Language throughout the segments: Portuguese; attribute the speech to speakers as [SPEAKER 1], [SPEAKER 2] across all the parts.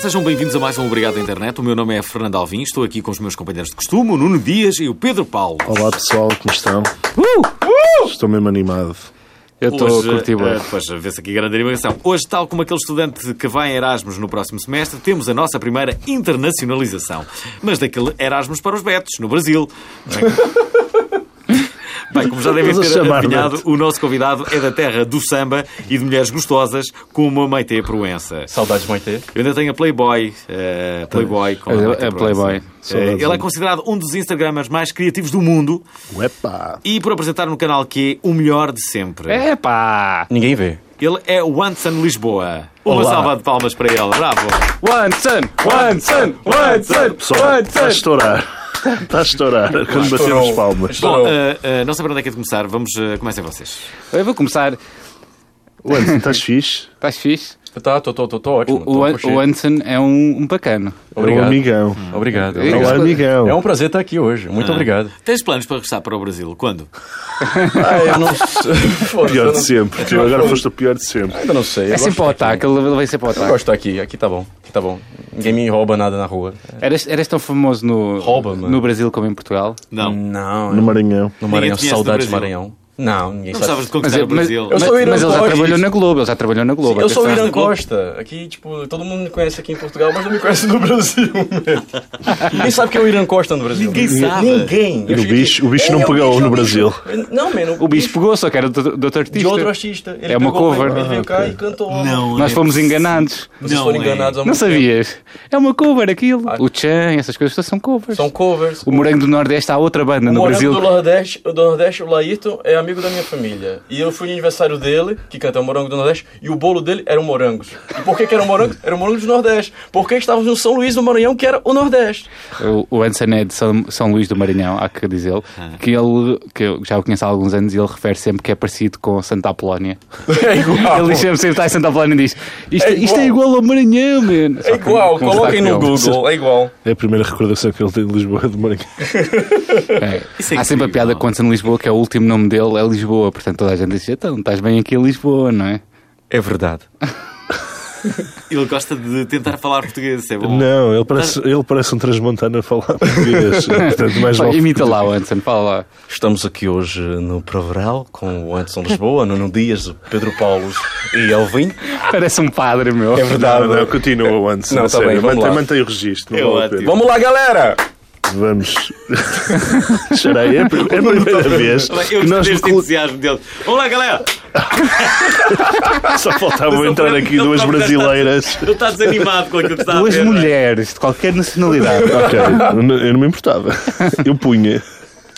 [SPEAKER 1] Sejam bem-vindos a mais um Obrigado à Internet. O meu nome é Fernando Alvim, estou aqui com os meus companheiros de costume, o Nuno Dias e o Pedro Paulo.
[SPEAKER 2] Olá pessoal, como estão? Uh! Estou mesmo animado.
[SPEAKER 3] Eu estou a
[SPEAKER 1] Hoje,
[SPEAKER 3] curtir bem.
[SPEAKER 1] eh, Pois, vê-se aqui grande animação. Hoje, tal como aquele estudante que vai em Erasmus no próximo semestre, temos a nossa primeira internacionalização. Mas daquele Erasmus para os Betos, no Brasil. Bem- Bem, como já devem
[SPEAKER 2] Estás a
[SPEAKER 1] ter
[SPEAKER 2] chamar,
[SPEAKER 1] adivinhado, o nosso convidado é da terra do samba e de mulheres gostosas, como a Maite Proença.
[SPEAKER 3] Saudades Moité.
[SPEAKER 1] Eu ainda tenho a Playboy. eh, Playboy com a
[SPEAKER 3] É,
[SPEAKER 1] Maite
[SPEAKER 3] é
[SPEAKER 1] Proença.
[SPEAKER 3] Playboy.
[SPEAKER 1] Eh,
[SPEAKER 2] Saudades.
[SPEAKER 1] ele é considerado um dos Instagramers mais criativos do mundo
[SPEAKER 2] uh, Uepa!
[SPEAKER 1] e por apresentar no canal Q o melhor de sempre.
[SPEAKER 3] É, Epá! Ninguém vê.
[SPEAKER 1] Ele é o Anson Lisboa. Uma
[SPEAKER 2] Olá.
[SPEAKER 1] salva de palmas para ele. Bravo.
[SPEAKER 3] One sun, one sun, one sun,
[SPEAKER 2] Pessoal,
[SPEAKER 3] one
[SPEAKER 4] tá
[SPEAKER 2] está a
[SPEAKER 3] sun.
[SPEAKER 2] estourar. Está a estourar quando batemos palmas.
[SPEAKER 1] Bom,
[SPEAKER 4] eh,
[SPEAKER 1] ah, ah, não sei para onde é que é de começar. Vamos, ah, comecem vocês.
[SPEAKER 3] Eu vou começar.
[SPEAKER 2] O Anderson, estás fixe?
[SPEAKER 3] Estás fixe?
[SPEAKER 4] Tá, tô, tô, tô, tô ótimo.
[SPEAKER 3] O, o,
[SPEAKER 4] tô curtindo.
[SPEAKER 3] o Anson é um, um bacano.
[SPEAKER 2] É um
[SPEAKER 4] Obrigado.
[SPEAKER 2] amigão.
[SPEAKER 4] Obrigado.
[SPEAKER 2] É um
[SPEAKER 3] Isso.
[SPEAKER 4] obrigado.
[SPEAKER 2] amigão.
[SPEAKER 4] É um prazer estar aqui hoje. Muito obrigado.
[SPEAKER 1] Tens planos para regressar para o Brasil? Quando?
[SPEAKER 4] Ah, eu não sei.
[SPEAKER 2] Pior de sempre. Tu agora foste o pior de sempre.
[SPEAKER 4] Ainda não sei.
[SPEAKER 3] É
[SPEAKER 4] Eu
[SPEAKER 3] sempre para o
[SPEAKER 4] gosto de estar
[SPEAKER 3] ataque, ele vai ser para o
[SPEAKER 4] aqui. Eu
[SPEAKER 3] ataque.
[SPEAKER 4] gosto de estar aqui. Aqui tá bom. Aqui tá bom. Ninguém me rouba nada na rua.
[SPEAKER 3] Eras, eras tão famoso no,
[SPEAKER 4] Rouba, mano.
[SPEAKER 3] no Brasil como em Portugal.
[SPEAKER 1] Não.
[SPEAKER 4] Não.
[SPEAKER 2] No Maranhão.
[SPEAKER 4] No
[SPEAKER 1] Ninguém
[SPEAKER 4] Maranhão.
[SPEAKER 1] te conhece do
[SPEAKER 4] Saudades do
[SPEAKER 1] Brasil.
[SPEAKER 4] Maranhão. Não, ninguém
[SPEAKER 1] Não
[SPEAKER 4] sabe.
[SPEAKER 1] gostavas de conquistar
[SPEAKER 3] é-
[SPEAKER 1] o Brasil?
[SPEAKER 3] mas,
[SPEAKER 4] Eu sou o Irã
[SPEAKER 3] mas ele já
[SPEAKER 4] Costa.
[SPEAKER 3] trabalhou na Globo, ele já trabalhou na Globo.
[SPEAKER 4] Eu sou o
[SPEAKER 3] atenção.
[SPEAKER 4] Irã Costa. Aqui, tipo, todo mundo me conhece aqui em Portugal, mas não me conhece no Brasil. mesmo. Ninguém sabe que é o Irã Costa no Brasil.
[SPEAKER 1] Ninguém sabe.
[SPEAKER 4] Ninguém. Eu
[SPEAKER 2] o
[SPEAKER 4] cheguei
[SPEAKER 2] bicho-
[SPEAKER 4] aqui,
[SPEAKER 2] o bicho
[SPEAKER 4] "Ei,
[SPEAKER 2] não
[SPEAKER 4] é o
[SPEAKER 2] pegou
[SPEAKER 4] bicho,
[SPEAKER 2] no
[SPEAKER 4] é o
[SPEAKER 2] Brasil."
[SPEAKER 4] bicho." Não, mano.
[SPEAKER 3] O bicho pegou, só que era do, do outro artista.
[SPEAKER 4] de outro artista. Ele
[SPEAKER 3] É uma
[SPEAKER 4] pegou,
[SPEAKER 3] cover.
[SPEAKER 4] Ele veio cá e cantou.
[SPEAKER 1] Não. é
[SPEAKER 3] Nós fomos enganados.
[SPEAKER 4] Vocês
[SPEAKER 1] Não,
[SPEAKER 4] foram
[SPEAKER 1] é.
[SPEAKER 4] enganados há
[SPEAKER 3] Não
[SPEAKER 4] muito
[SPEAKER 3] sabias? É uma cover aquilo.
[SPEAKER 4] Ah.
[SPEAKER 3] O Chan, essas coisas todas são covers.
[SPEAKER 4] tempo. São covers.
[SPEAKER 3] O Morango do Nordeste há outra banda
[SPEAKER 4] O
[SPEAKER 3] no
[SPEAKER 4] morango
[SPEAKER 3] Brasil.
[SPEAKER 4] do Nordeste, do Nordeste, o Laírton, é amigo da minha família. E eu fui no aniversário dele, que canta Morango do Nordeste, e o bolo dele era um morango. E por que, que era um morango? Era um morango do Nordeste. Porque estávamos no São Luís do Maranhão, que era o Nordeste.
[SPEAKER 3] O, o Anson é de São, São Luís do Maranhão, há que dizê-lo. Que ele, que eu já o conheço há alguns anos, e ele refere sempre que é parecido com Santa Apolónia.
[SPEAKER 4] É igual.
[SPEAKER 3] Ele diz sempre, sempre está em Santa Apolónia e diz: Isto
[SPEAKER 4] É
[SPEAKER 3] é, isto é igual ao Maranhão, man.
[SPEAKER 4] É igual,
[SPEAKER 3] um
[SPEAKER 4] coloquem no
[SPEAKER 3] Google.
[SPEAKER 4] Google, é igual.
[SPEAKER 2] É a primeira recordação que ele tem de Lisboa do Maranhão.
[SPEAKER 1] Isso é
[SPEAKER 3] há sempre
[SPEAKER 1] incrível.
[SPEAKER 3] a piada quando se em Lisboa, que é o último nome dele, é Lisboa. Portanto, toda a gente diz: Então, estás bem aqui em Lisboa, não é?
[SPEAKER 4] É verdade.
[SPEAKER 1] Ele gosta de tentar falar português. É bom.
[SPEAKER 2] Não, ele parece, ele parece um transmontano a falar português. Portanto, mais
[SPEAKER 3] Pá,
[SPEAKER 2] vale.
[SPEAKER 3] imita lá o Anson, fala lá.
[SPEAKER 4] Estamos aqui hoje no Proveral com o Anderson Lisboa, Nuno Dias, o Pedro Paulo e Elvin.
[SPEAKER 3] Parece um padre, meu.
[SPEAKER 4] É
[SPEAKER 2] Não,
[SPEAKER 4] verdade.
[SPEAKER 2] não, continua antes.
[SPEAKER 4] Não,
[SPEAKER 2] a
[SPEAKER 4] tá
[SPEAKER 2] sério.
[SPEAKER 4] bem, vamos
[SPEAKER 2] mantém,
[SPEAKER 4] lá.
[SPEAKER 2] mantém o registro.
[SPEAKER 1] É
[SPEAKER 2] Não vale a
[SPEAKER 1] ótimo.
[SPEAKER 2] pena.
[SPEAKER 4] Vamos lá, galera!
[SPEAKER 2] Vamos. Será é, a pri- é a primeira vez
[SPEAKER 1] Bem,
[SPEAKER 2] que
[SPEAKER 1] Eu gostei
[SPEAKER 2] nós nos
[SPEAKER 1] deste
[SPEAKER 2] colo-
[SPEAKER 1] entusiasmo dele. Vamos lá, galera.
[SPEAKER 2] só
[SPEAKER 1] tipo,
[SPEAKER 2] faltavam
[SPEAKER 1] Mas eu
[SPEAKER 2] entrar
[SPEAKER 1] próprio-
[SPEAKER 2] aqui
[SPEAKER 1] eu
[SPEAKER 2] duas
[SPEAKER 1] próprio já está-
[SPEAKER 2] brasileiras.
[SPEAKER 1] Ele está desanimado com aquilo que está a
[SPEAKER 4] é
[SPEAKER 3] Duas
[SPEAKER 1] ver. é?
[SPEAKER 3] mulheres de qualquer nacionalidade.
[SPEAKER 2] Ok, eu não- eu não me importava. Eu punha.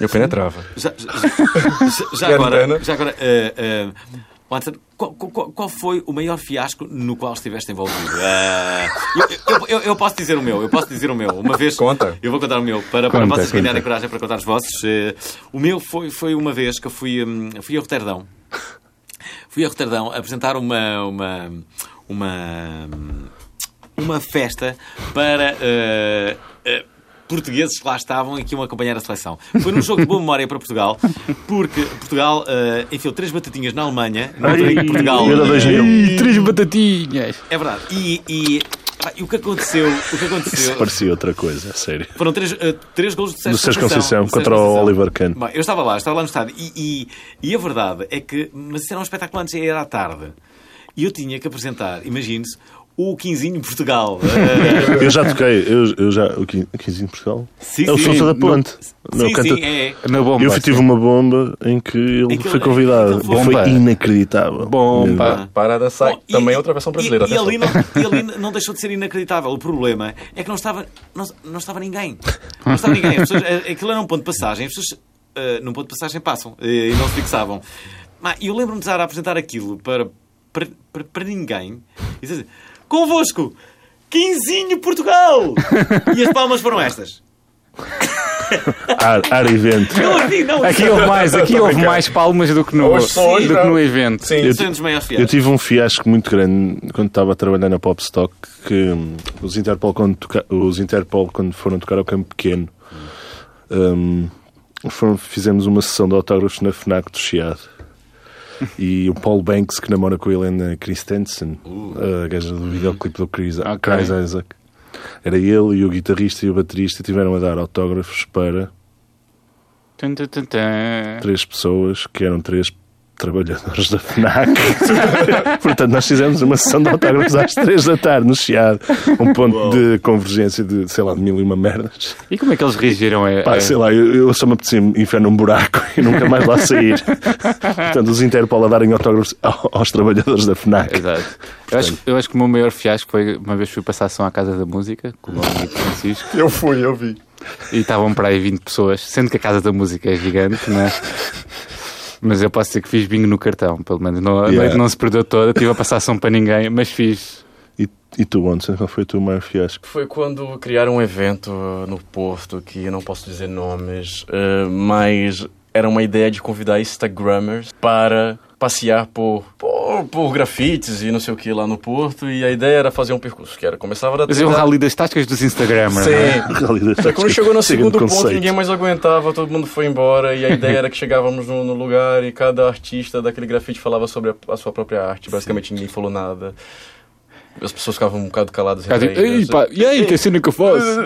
[SPEAKER 4] Eu penetrava.
[SPEAKER 1] Já, já- já- já agora,
[SPEAKER 4] Gardana.
[SPEAKER 1] já agora ah, ah, Watson, qual, qual- qual foi o maior fiasco no qual estiveste envolvido? Ah, eu, eu- eu- eu posso dizer o meu, eu posso dizer o meu. Uma vez.
[SPEAKER 4] Conta.
[SPEAKER 1] Eu vou contar o meu, para, para
[SPEAKER 3] Conta,
[SPEAKER 1] vocês ganharem
[SPEAKER 3] conta.
[SPEAKER 1] coragem para contar os vossos. Eh, o meu foi, foi uma vez que eu fui, hum, fui a Roterdão. Fui a Roterdão apresentar uma. uma. uma, hum, uma festa para. eh, eh, Portugueses que lá estavam e que iam acompanhar a seleção. Foi num jogo de boa memória para Portugal, porque Portugal eh, enfiou três batatinhas na Alemanha, não foi que Portugal. eh,
[SPEAKER 2] Euro 2000.
[SPEAKER 3] Ih, três batatinhas.
[SPEAKER 1] É verdade. E, e, pá, e o que aconteceu? O que aconteceu?
[SPEAKER 2] Parecia outra coisa, a sério.
[SPEAKER 1] Foram três, eh, três golos do Sérgio,
[SPEAKER 2] Do Sérgio Conceição,
[SPEAKER 1] Conceição do
[SPEAKER 2] contra
[SPEAKER 1] Sérgio
[SPEAKER 2] o
[SPEAKER 1] Conceição.
[SPEAKER 2] Oliver Kahn.
[SPEAKER 1] Bom, eu estava lá, estava lá no estádio. E, e- e a verdade é que. Mas isso era um espetáculo antes, era à tarde. E eu tinha que apresentar, imagine-se, o Quinzinho Portugal. Eh,
[SPEAKER 2] Eu já toquei, eu, eu já. O Quin- Quinzinho de Portugal?
[SPEAKER 1] Sim,
[SPEAKER 2] é o
[SPEAKER 1] sim.
[SPEAKER 2] Sousa da
[SPEAKER 1] No-
[SPEAKER 2] Ponte. Não,
[SPEAKER 1] sim,
[SPEAKER 2] canta-
[SPEAKER 1] sim, é.
[SPEAKER 3] Na bomba.
[SPEAKER 2] Eu fui- tive
[SPEAKER 3] sim.
[SPEAKER 2] uma bomba em que ele
[SPEAKER 1] Em que
[SPEAKER 2] foi
[SPEAKER 1] ele-
[SPEAKER 2] convidado.
[SPEAKER 1] em que ele
[SPEAKER 2] Foi
[SPEAKER 3] foi-
[SPEAKER 2] inacreditável.
[SPEAKER 3] Bomba.
[SPEAKER 4] Parada sai.
[SPEAKER 1] Bom, e-
[SPEAKER 4] Também é outra versão brasileira.
[SPEAKER 1] E, e
[SPEAKER 4] atenção.
[SPEAKER 1] ali, não, e ali não deixou de ser inacreditável. O problema é que não estava, não, não estava ninguém. Não estava ninguém. As pessoas- eh, aquilo era um ponto de passagem. As pessoas eh, num ponto de passagem passam eh, e não se fixavam. Mas eu lembro-me de estar a apresentar aquilo para, para, para, para ninguém. E dizer assim, Convosco! Quinzinho Portugal! E as palmas foram estas.
[SPEAKER 2] Ar, ar e vento.
[SPEAKER 1] Eu assim, não,
[SPEAKER 3] Aqui houve mais, aqui houve mais palmas do que no,
[SPEAKER 4] Hoje só hoje
[SPEAKER 3] do que
[SPEAKER 4] não.
[SPEAKER 3] no evento.
[SPEAKER 4] Sim.
[SPEAKER 1] isso é um dos maiores
[SPEAKER 2] Eu
[SPEAKER 1] fiascos.
[SPEAKER 2] tive um fiasco muito grande quando estava a trabalhar na Popstock que hum, os Interpol quando, toca- os Interpol, quando foram tocar ao campo pequeno hum, foram- fizemos uma sessão de autógrafos na FNAC do Chiado e o Paul Banks que namora com a Helena Christensen a gaja do videoclipe do Chris,
[SPEAKER 3] Ok.
[SPEAKER 2] Chris Isaac era ele e o guitarrista e o baterista tiveram a dar autógrafos para
[SPEAKER 3] Tum, tum, tum, tum.
[SPEAKER 2] três pessoas que eram três trabalhadores da FNAC. Portanto, nós fizemos uma sessão de autógrafos às três da tarde no Chiado, um ponto de convergência de, sei lá, de mil e uma merdas.
[SPEAKER 3] E como é que eles reagiram? É,
[SPEAKER 2] Pá,
[SPEAKER 3] é-
[SPEAKER 2] sei lá, eu, eu só me apetecia me enfiar num buraco e nunca mais lá sair. Portanto, os Interpol a darem autógrafos ao- aos trabalhadores da FNAC.
[SPEAKER 3] Exato. Eu acho, eu acho que o meu maior fiasco foi uma vez fui passar som à Casa da Música com o meu amigo Francisco
[SPEAKER 2] Eu fui, eu vi.
[SPEAKER 3] e estavam para aí 20 pessoas, sendo que a Casa da Música é gigante, né? mas eu posso dizer que fiz bingo no cartão, pelo menos. Não, a
[SPEAKER 2] Yeah.
[SPEAKER 3] noite não se perdeu toda, tive a passar som para ninguém, mas fiz.
[SPEAKER 2] E, e tu, Anderson, qual foi o teu maior fiasco?
[SPEAKER 4] Foi quando criaram um evento no Porto, que eu não posso dizer nomes, eh, mas era uma ideia de convidar Instagrammers para passear por, por, por grafites e não sei o que lá no Porto, e a ideia era fazer um percurso, que era, começava da
[SPEAKER 3] Mas é um rally das táticas dos Instagramers. não é?
[SPEAKER 4] Sim. Só que quando chegou no segundo ponto,
[SPEAKER 2] conceito.
[SPEAKER 4] ninguém mais aguentava, todo mundo foi embora, e a ideia era que chegávamos no, no lugar e cada artista daquele grafite falava sobre a, a sua própria arte, basicamente ninguém falou nada. As pessoas ficavam um bocado caladas. assim.
[SPEAKER 3] Cara, tipo, Ei,
[SPEAKER 4] retraídas.
[SPEAKER 3] pá, e aí, que cena que eu faço?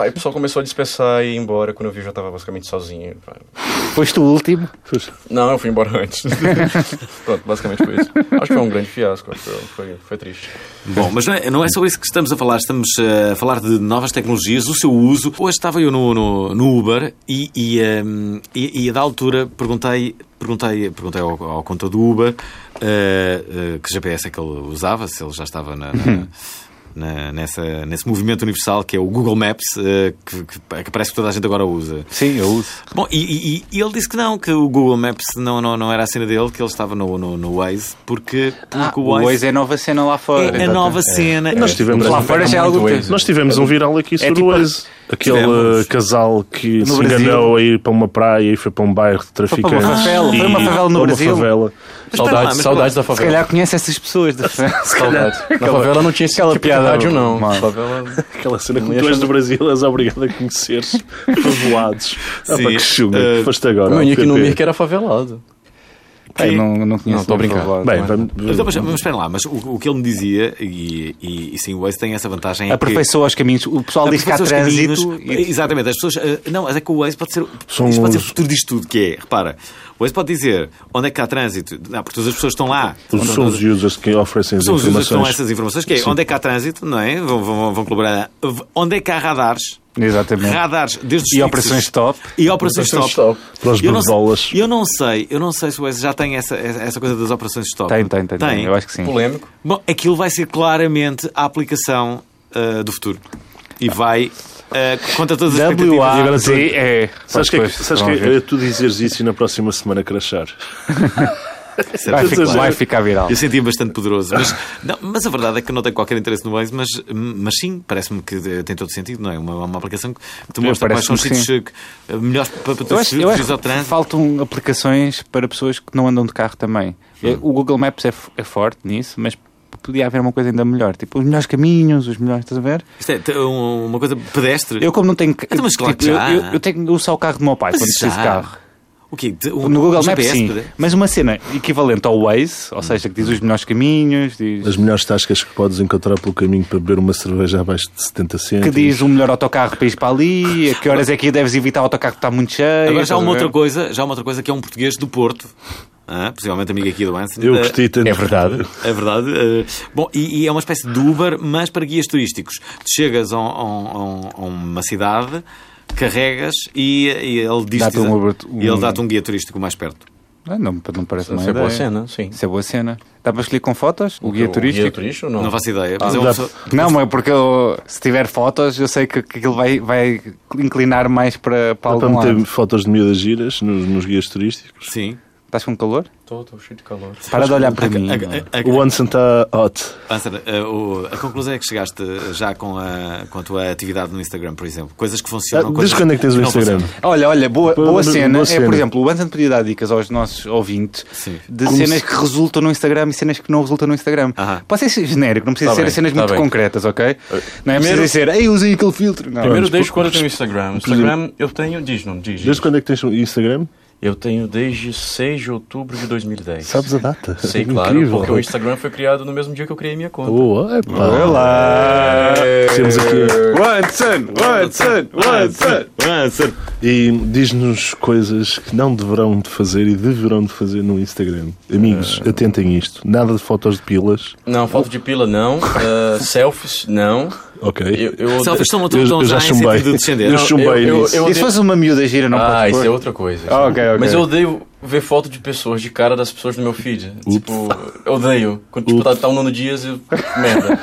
[SPEAKER 4] Aí eh, o pessoal começou a dispersar e ir embora. Quando eu vi, eu já tava basicamente sozinho. pá.
[SPEAKER 3] Foste o último?
[SPEAKER 4] Não, eu fui embora antes. Pronto, basicamente foi isso. Acho que foi um grande fiasco. acho que Foi, foi triste.
[SPEAKER 1] Bom, mas não é, não é só isso que estamos a falar. Estamos eh, a falar de novas tecnologias, o seu uso. Hoje estava eu no, no, no Uber e, e, ehm, e- e da altura perguntei, perguntei, perguntei ao, ao conta do Uber eh, eh, que GPS é que ele usava, se ele já estava na- na- na- nessa, nesse movimento universal que é o Google Maps, eh, que, que que parece que toda a gente agora usa.
[SPEAKER 3] Sim, eu uso.
[SPEAKER 1] Bom, e, e- e ele disse que não, que o Google Maps não, não, não era a cena dele, que ele estava no, no, no Waze, porque, porque
[SPEAKER 3] Ah, o Waze é nova cena lá fora.
[SPEAKER 1] é a nova cena.
[SPEAKER 2] Nós tivemos
[SPEAKER 3] Lá fora já é algo
[SPEAKER 4] Muito
[SPEAKER 3] tempo.
[SPEAKER 2] Nós tivemos um viral aqui sobre
[SPEAKER 3] tipo-
[SPEAKER 2] o Waze. Aquele
[SPEAKER 1] É Tivemos.
[SPEAKER 2] uh, casal que se
[SPEAKER 3] Brasil.
[SPEAKER 2] enganou a ir para uma praia e foi para um bairro de traficantes.
[SPEAKER 3] para uma favela.
[SPEAKER 2] E-
[SPEAKER 3] Foi uma
[SPEAKER 2] para
[SPEAKER 3] favela no
[SPEAKER 2] uma
[SPEAKER 3] Brasil.
[SPEAKER 2] favela.
[SPEAKER 1] Mas espera lá, mas
[SPEAKER 4] saudades da
[SPEAKER 3] Se
[SPEAKER 4] favela.
[SPEAKER 3] calhar conhece essas pessoas. da
[SPEAKER 4] Saudades. Na favela não tinha esse
[SPEAKER 3] Aquela
[SPEAKER 4] tipo de
[SPEAKER 3] piada,
[SPEAKER 4] rádio, não.
[SPEAKER 3] mal.
[SPEAKER 4] Favela...
[SPEAKER 2] Aquela cena que
[SPEAKER 4] Não ia
[SPEAKER 2] tu és do
[SPEAKER 4] chamar-
[SPEAKER 2] Brasil, és obrigado a conheceres favelados. Ah,
[SPEAKER 1] Sim.
[SPEAKER 2] pá, que chunga
[SPEAKER 1] Eh,
[SPEAKER 2] que foste agora.
[SPEAKER 4] O meu
[SPEAKER 2] ao
[SPEAKER 4] nick
[SPEAKER 2] PP.
[SPEAKER 4] no Mirk é era favelado.
[SPEAKER 3] Eu não, não conheço.
[SPEAKER 4] Não, tô a brincar.
[SPEAKER 3] favela,
[SPEAKER 2] Bem,
[SPEAKER 3] não é?
[SPEAKER 2] vamos.
[SPEAKER 1] Então, mas, mas espera lá, mas o, o que ele me dizia, e, e, e sim, o Waze tem essa vantagem. é que-
[SPEAKER 3] Aperfeiçoa os caminhos. O pessoal diz que há
[SPEAKER 1] aperfeiçoa os
[SPEAKER 3] trânsito.
[SPEAKER 1] caminhos. Exatamente, as pessoas. eh, Não, mas é que o Waze pode ser.
[SPEAKER 2] São
[SPEAKER 1] isto pode ser o
[SPEAKER 2] uns-
[SPEAKER 1] futuro disto tudo, que é. Repara, o Waze pode dizer onde é que há trânsito. Não, porque todas as pessoas estão lá.
[SPEAKER 2] Os, são os users que oferecem as
[SPEAKER 1] São os users que estão
[SPEAKER 2] informações.
[SPEAKER 1] essas informações, que é onde é que há trânsito, não é? Vão, vão, vão- vão colaborar. Onde é que há radares?
[SPEAKER 3] Exatamente.
[SPEAKER 1] Radares, desde os
[SPEAKER 3] E
[SPEAKER 1] fixos.
[SPEAKER 3] operações top.
[SPEAKER 1] E operações
[SPEAKER 4] Operações
[SPEAKER 1] stop.
[SPEAKER 4] stop.
[SPEAKER 2] Para os
[SPEAKER 1] Eu não,
[SPEAKER 2] bordolas.
[SPEAKER 1] eu não sei, eu não sei se o Waze já tem essa, essa coisa das operações stop.
[SPEAKER 3] Tem, tem, tem, tem. Eu acho que sim.
[SPEAKER 4] Polêmico.
[SPEAKER 1] Bom, aquilo vai ser claramente a aplicação ah, do futuro. E vai ah, contra todas as expectativas.
[SPEAKER 2] agora tu-
[SPEAKER 3] WAZ é.
[SPEAKER 2] Sabes que, é que-
[SPEAKER 3] Depois,
[SPEAKER 2] sabes que
[SPEAKER 3] vamos ver.
[SPEAKER 2] é tu dizeres isso e na próxima semana crashar.
[SPEAKER 3] Vai ficar-
[SPEAKER 2] Exagero.
[SPEAKER 3] vai ficar viral.
[SPEAKER 1] Eu sentia bastante poderoso. Mas, não, mas a verdade é que eu não tenho qualquer interesse no Waze, mas, mas sim, parece-me que eh, tem todo sentido, não é? Uma, uma aplicação que te mostra quais são os
[SPEAKER 3] parece-me
[SPEAKER 1] sítios eh, melhores para, para tu
[SPEAKER 3] Eu acho, eu
[SPEAKER 1] fugires
[SPEAKER 3] acho
[SPEAKER 1] ao
[SPEAKER 3] que
[SPEAKER 1] trânsito.
[SPEAKER 3] faltam aplicações para pessoas que não andam de carro também. É, O Google Maps é, f- é forte nisso, mas podia haver uma coisa ainda melhor. Tipo, os melhores caminhos, os melhores, estás a ver?
[SPEAKER 1] Isto é t- um- uma coisa pedestre.
[SPEAKER 3] Eu como não tenho... ca-
[SPEAKER 1] Então, mas claro que
[SPEAKER 3] tipo, eu,
[SPEAKER 1] já.
[SPEAKER 3] eu, eu tenho eu uso só o carro do meu pai
[SPEAKER 1] Mas
[SPEAKER 3] quando preciso de
[SPEAKER 1] já.
[SPEAKER 3] carro.
[SPEAKER 1] O O quê? De- o-
[SPEAKER 3] No Google
[SPEAKER 1] o
[SPEAKER 3] Maps,
[SPEAKER 1] GPS,
[SPEAKER 3] sim.
[SPEAKER 1] pode-
[SPEAKER 3] Mas uma cena equivalente ao Waze,
[SPEAKER 1] Hum.
[SPEAKER 3] ou seja, que diz os melhores caminhos, diz-
[SPEAKER 2] As melhores tascas que podes encontrar pelo caminho para beber uma cerveja abaixo de 70
[SPEAKER 4] é
[SPEAKER 3] que
[SPEAKER 2] cêntimos.
[SPEAKER 3] diz o melhor autocarro para ir para ali, a que horas é que deves evitar o autocarro que está muito cheio.
[SPEAKER 1] Agora já há
[SPEAKER 3] estás a
[SPEAKER 1] uma outra
[SPEAKER 3] ver?
[SPEAKER 1] coisa, já há uma outra coisa que é um português do Porto, ah, possivelmente amigo aqui do Anson.
[SPEAKER 2] Eu
[SPEAKER 3] eh,
[SPEAKER 1] Ah,
[SPEAKER 2] gostei tanto.
[SPEAKER 5] É verdade.
[SPEAKER 1] É verdade. eh, bom, e, e é uma espécie de Uber, mas para guias turísticos. Tu chegas a, um- a um- a um- a uma cidade, carregas e, e ele diz
[SPEAKER 3] Dá-te um Uber- um-
[SPEAKER 1] ele dá-te um guia turístico mais perto.
[SPEAKER 3] Ah, não, não parece uma
[SPEAKER 4] Isso é boa
[SPEAKER 3] ideia.
[SPEAKER 4] cena, sim.
[SPEAKER 3] Isso é boa cena. Dá para escolher com fotos? O guia turístico?
[SPEAKER 4] Guia turístico, não.
[SPEAKER 1] Não faço ideia. Mas é
[SPEAKER 2] dá-
[SPEAKER 1] uma pessoa...
[SPEAKER 3] Não, mas porque eu- se tiver fotos, eu sei que, que aquilo vai, vai inclinar mais para, para
[SPEAKER 2] Dá para
[SPEAKER 3] algum
[SPEAKER 2] meter
[SPEAKER 3] lado.
[SPEAKER 2] fotos de miúdas giras nos, nos guias turísticos.
[SPEAKER 1] Sim.
[SPEAKER 3] Estás com calor?
[SPEAKER 4] Tô, tô cheio de calor.
[SPEAKER 3] Para de olhar para mim.
[SPEAKER 1] A,
[SPEAKER 3] não. é?
[SPEAKER 1] a- a-
[SPEAKER 2] O Anson está hot.
[SPEAKER 1] Answer, eh, o- a conclusão é que chegaste já com a, com a tua atividade no Instagram, por exemplo. Coisas que funcionam.
[SPEAKER 2] Ah,
[SPEAKER 1] coisas
[SPEAKER 2] Desde quando é que tens o
[SPEAKER 1] não
[SPEAKER 2] Instagram?
[SPEAKER 1] funcionam.
[SPEAKER 3] Olha, olha, boa,
[SPEAKER 2] Boa-
[SPEAKER 3] boa, cena.
[SPEAKER 2] boa
[SPEAKER 3] É,
[SPEAKER 2] cena.
[SPEAKER 3] por exemplo, o Anson podia dar dicas aos nossos ouvintes
[SPEAKER 1] Sim.
[SPEAKER 3] de
[SPEAKER 2] Como
[SPEAKER 3] cenas
[SPEAKER 2] se-
[SPEAKER 3] que resultam no Instagram e cenas que não resultam no Instagram.
[SPEAKER 1] Aham.
[SPEAKER 3] Pode ser genérico, não precisa
[SPEAKER 4] Tá
[SPEAKER 3] ser
[SPEAKER 4] bem,
[SPEAKER 3] cenas
[SPEAKER 4] tá
[SPEAKER 3] muito
[SPEAKER 4] bem.
[SPEAKER 3] concretas, ok? Não é
[SPEAKER 4] Primeiro-
[SPEAKER 3] preciso ser, ei, usei aquele filtro. Não.
[SPEAKER 4] Primeiro,
[SPEAKER 2] mas
[SPEAKER 4] desde
[SPEAKER 2] por-
[SPEAKER 4] quando eu tenho Instagram? Instagram eu tenho. Diz, não, diz. diz.
[SPEAKER 2] Desde quando é que tens o Instagram?
[SPEAKER 4] Eu tenho desde 6 de outubro de 2010.
[SPEAKER 2] Sabes a data?
[SPEAKER 4] Sei, claro,
[SPEAKER 2] Incrível. né?
[SPEAKER 4] porque o Instagram foi criado no mesmo dia que eu criei minha conta.
[SPEAKER 2] Oh, epá.
[SPEAKER 3] Olá!
[SPEAKER 2] Temos aqui.
[SPEAKER 3] Watson! Watson! Watson!
[SPEAKER 2] E diz-nos coisas que não deverão de fazer e deverão de fazer no Instagram. Amigos, atentem isto. Nada de fotos de pilas.
[SPEAKER 4] Não, foto de pila não. Ah, selfies, não.
[SPEAKER 2] Ok.
[SPEAKER 4] Eu, eu
[SPEAKER 1] Selfies estão,
[SPEAKER 2] Eu-
[SPEAKER 1] estão
[SPEAKER 2] eu
[SPEAKER 1] já
[SPEAKER 2] já
[SPEAKER 1] em
[SPEAKER 2] chumbei.
[SPEAKER 1] sentido de descender.
[SPEAKER 2] Eu chumbei
[SPEAKER 4] eu-
[SPEAKER 2] nisso.
[SPEAKER 4] eu-
[SPEAKER 3] E se fosse uma miúda gira, não
[SPEAKER 4] é- Ah,
[SPEAKER 3] pode
[SPEAKER 4] isso
[SPEAKER 3] pôr?
[SPEAKER 4] é outra coisa.
[SPEAKER 3] Ah, ok, ok.
[SPEAKER 4] Mas eu odeio ver foto de pessoas de cara das pessoas no meu feed. Tipo, eu odeio. Quando tipo, tá, tá o Nuno Dias eu. Merda.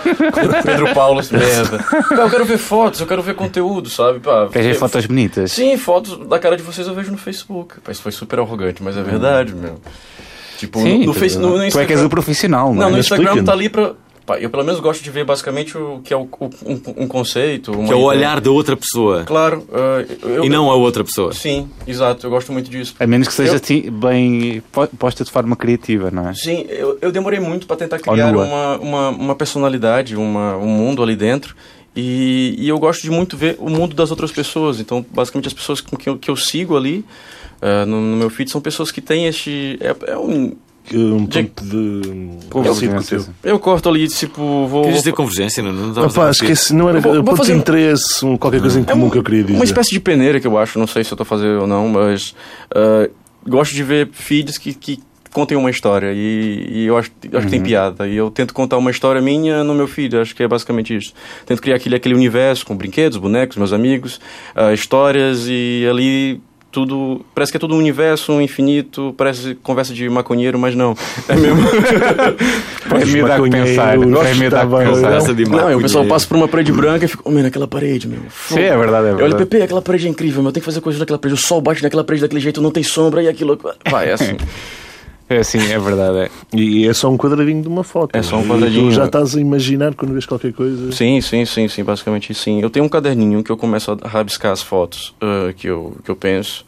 [SPEAKER 4] Pedro Paulo, merda. Pá, Eu quero ver fotos, eu quero ver conteúdo, sabe? Pá,
[SPEAKER 3] Quer ver
[SPEAKER 4] eu-
[SPEAKER 3] fotos bonitas?
[SPEAKER 4] Sim, fotos da cara de vocês eu vejo no Facebook. Pá, isso foi super arrogante, mas é verdade, meu. Tipo, no, no, Face-
[SPEAKER 3] Tu
[SPEAKER 4] no- no
[SPEAKER 3] é que és
[SPEAKER 4] Instagram.
[SPEAKER 3] o profissional, não
[SPEAKER 4] Não,
[SPEAKER 3] é?
[SPEAKER 4] no
[SPEAKER 2] Mas
[SPEAKER 4] Instagram
[SPEAKER 2] explica-me.
[SPEAKER 4] tá ali pra. pá, eu pelo menos gosto de ver basicamente o que é o- o- um, um conceito. uma
[SPEAKER 1] Que é o
[SPEAKER 4] ideia.
[SPEAKER 1] olhar da outra pessoa
[SPEAKER 4] Claro. ah, eu,
[SPEAKER 1] e não a outra pessoa.
[SPEAKER 4] Sim, exato. Eu gosto muito disso.
[SPEAKER 3] A menos que seja
[SPEAKER 4] Eu-
[SPEAKER 3] assim, bem po- posta de forma criativa, não é?
[SPEAKER 4] Sim, eu, eu demorei muito para tentar
[SPEAKER 3] Ó,
[SPEAKER 4] criar
[SPEAKER 3] nua.
[SPEAKER 4] uma, uma, uma personalidade, uma, um mundo ali dentro. E, e eu gosto de muito ver o mundo das outras pessoas. Então, basicamente, as pessoas com que eu, que eu sigo ali ah, no, no meu feed são pessoas que têm este. É, é um,
[SPEAKER 2] Que Um
[SPEAKER 4] Jake-
[SPEAKER 2] ponto de.
[SPEAKER 4] é
[SPEAKER 3] Convergência.
[SPEAKER 2] Circo teu.
[SPEAKER 4] eu corto ali, tipo, vou.
[SPEAKER 1] Queres dizer convergência? Não, não estávamos a
[SPEAKER 2] Opa,
[SPEAKER 1] discutir.
[SPEAKER 2] esqueci. Não era
[SPEAKER 4] Eu vou- vou
[SPEAKER 2] ponto
[SPEAKER 4] fazer
[SPEAKER 2] de
[SPEAKER 4] um- É
[SPEAKER 2] interesse, um- qualquer coisa em comum que eu queria dizer.
[SPEAKER 4] Uma espécie de peneira que eu acho, não sei se eu tô fazendo ou não, mas ah, gosto de ver feeds que, que contem uma história e, e eu acho, eu acho que
[SPEAKER 2] Uhum.
[SPEAKER 4] tem piada. E eu tento contar uma história minha no meu feed, acho que é basicamente isso. Tento criar aquele, aquele universo com brinquedos, bonecos, meus amigos, ah, histórias e ali tudo. Parece que é tudo um universo um infinito, parece conversa de maconheiro, mas não. É mesmo.
[SPEAKER 1] É
[SPEAKER 3] Para me dar é que
[SPEAKER 2] Maconheiro,
[SPEAKER 3] pensar. Para me dar que
[SPEAKER 2] estava-
[SPEAKER 1] Conversa
[SPEAKER 3] pensar.
[SPEAKER 1] de
[SPEAKER 4] não, e o pessoal
[SPEAKER 1] maconheiro.
[SPEAKER 4] passa por uma parede branca e fica, oh, mano, aquela parede, meu.
[SPEAKER 3] Sim, é verdade, é
[SPEAKER 4] Eu olho,
[SPEAKER 3] verdade.
[SPEAKER 4] Pepe, aquela parede é incrível, meu. Eu tenho que fazer coisa naquela parede. O sol bate naquela parede daquele jeito, não tem sombra e aquilo. Vai, é assim.
[SPEAKER 3] É sim, é verdade. é.
[SPEAKER 2] E é só um quadradinho de uma foto.
[SPEAKER 4] É só um
[SPEAKER 2] E
[SPEAKER 4] quadradinho.
[SPEAKER 2] Tu já estás a imaginar quando vês qualquer coisa.
[SPEAKER 4] sim, sim, sim, sim, basicamente sim. Eu tenho um caderninho que eu começo a rabiscar as fotos ah, que, eu, que eu penso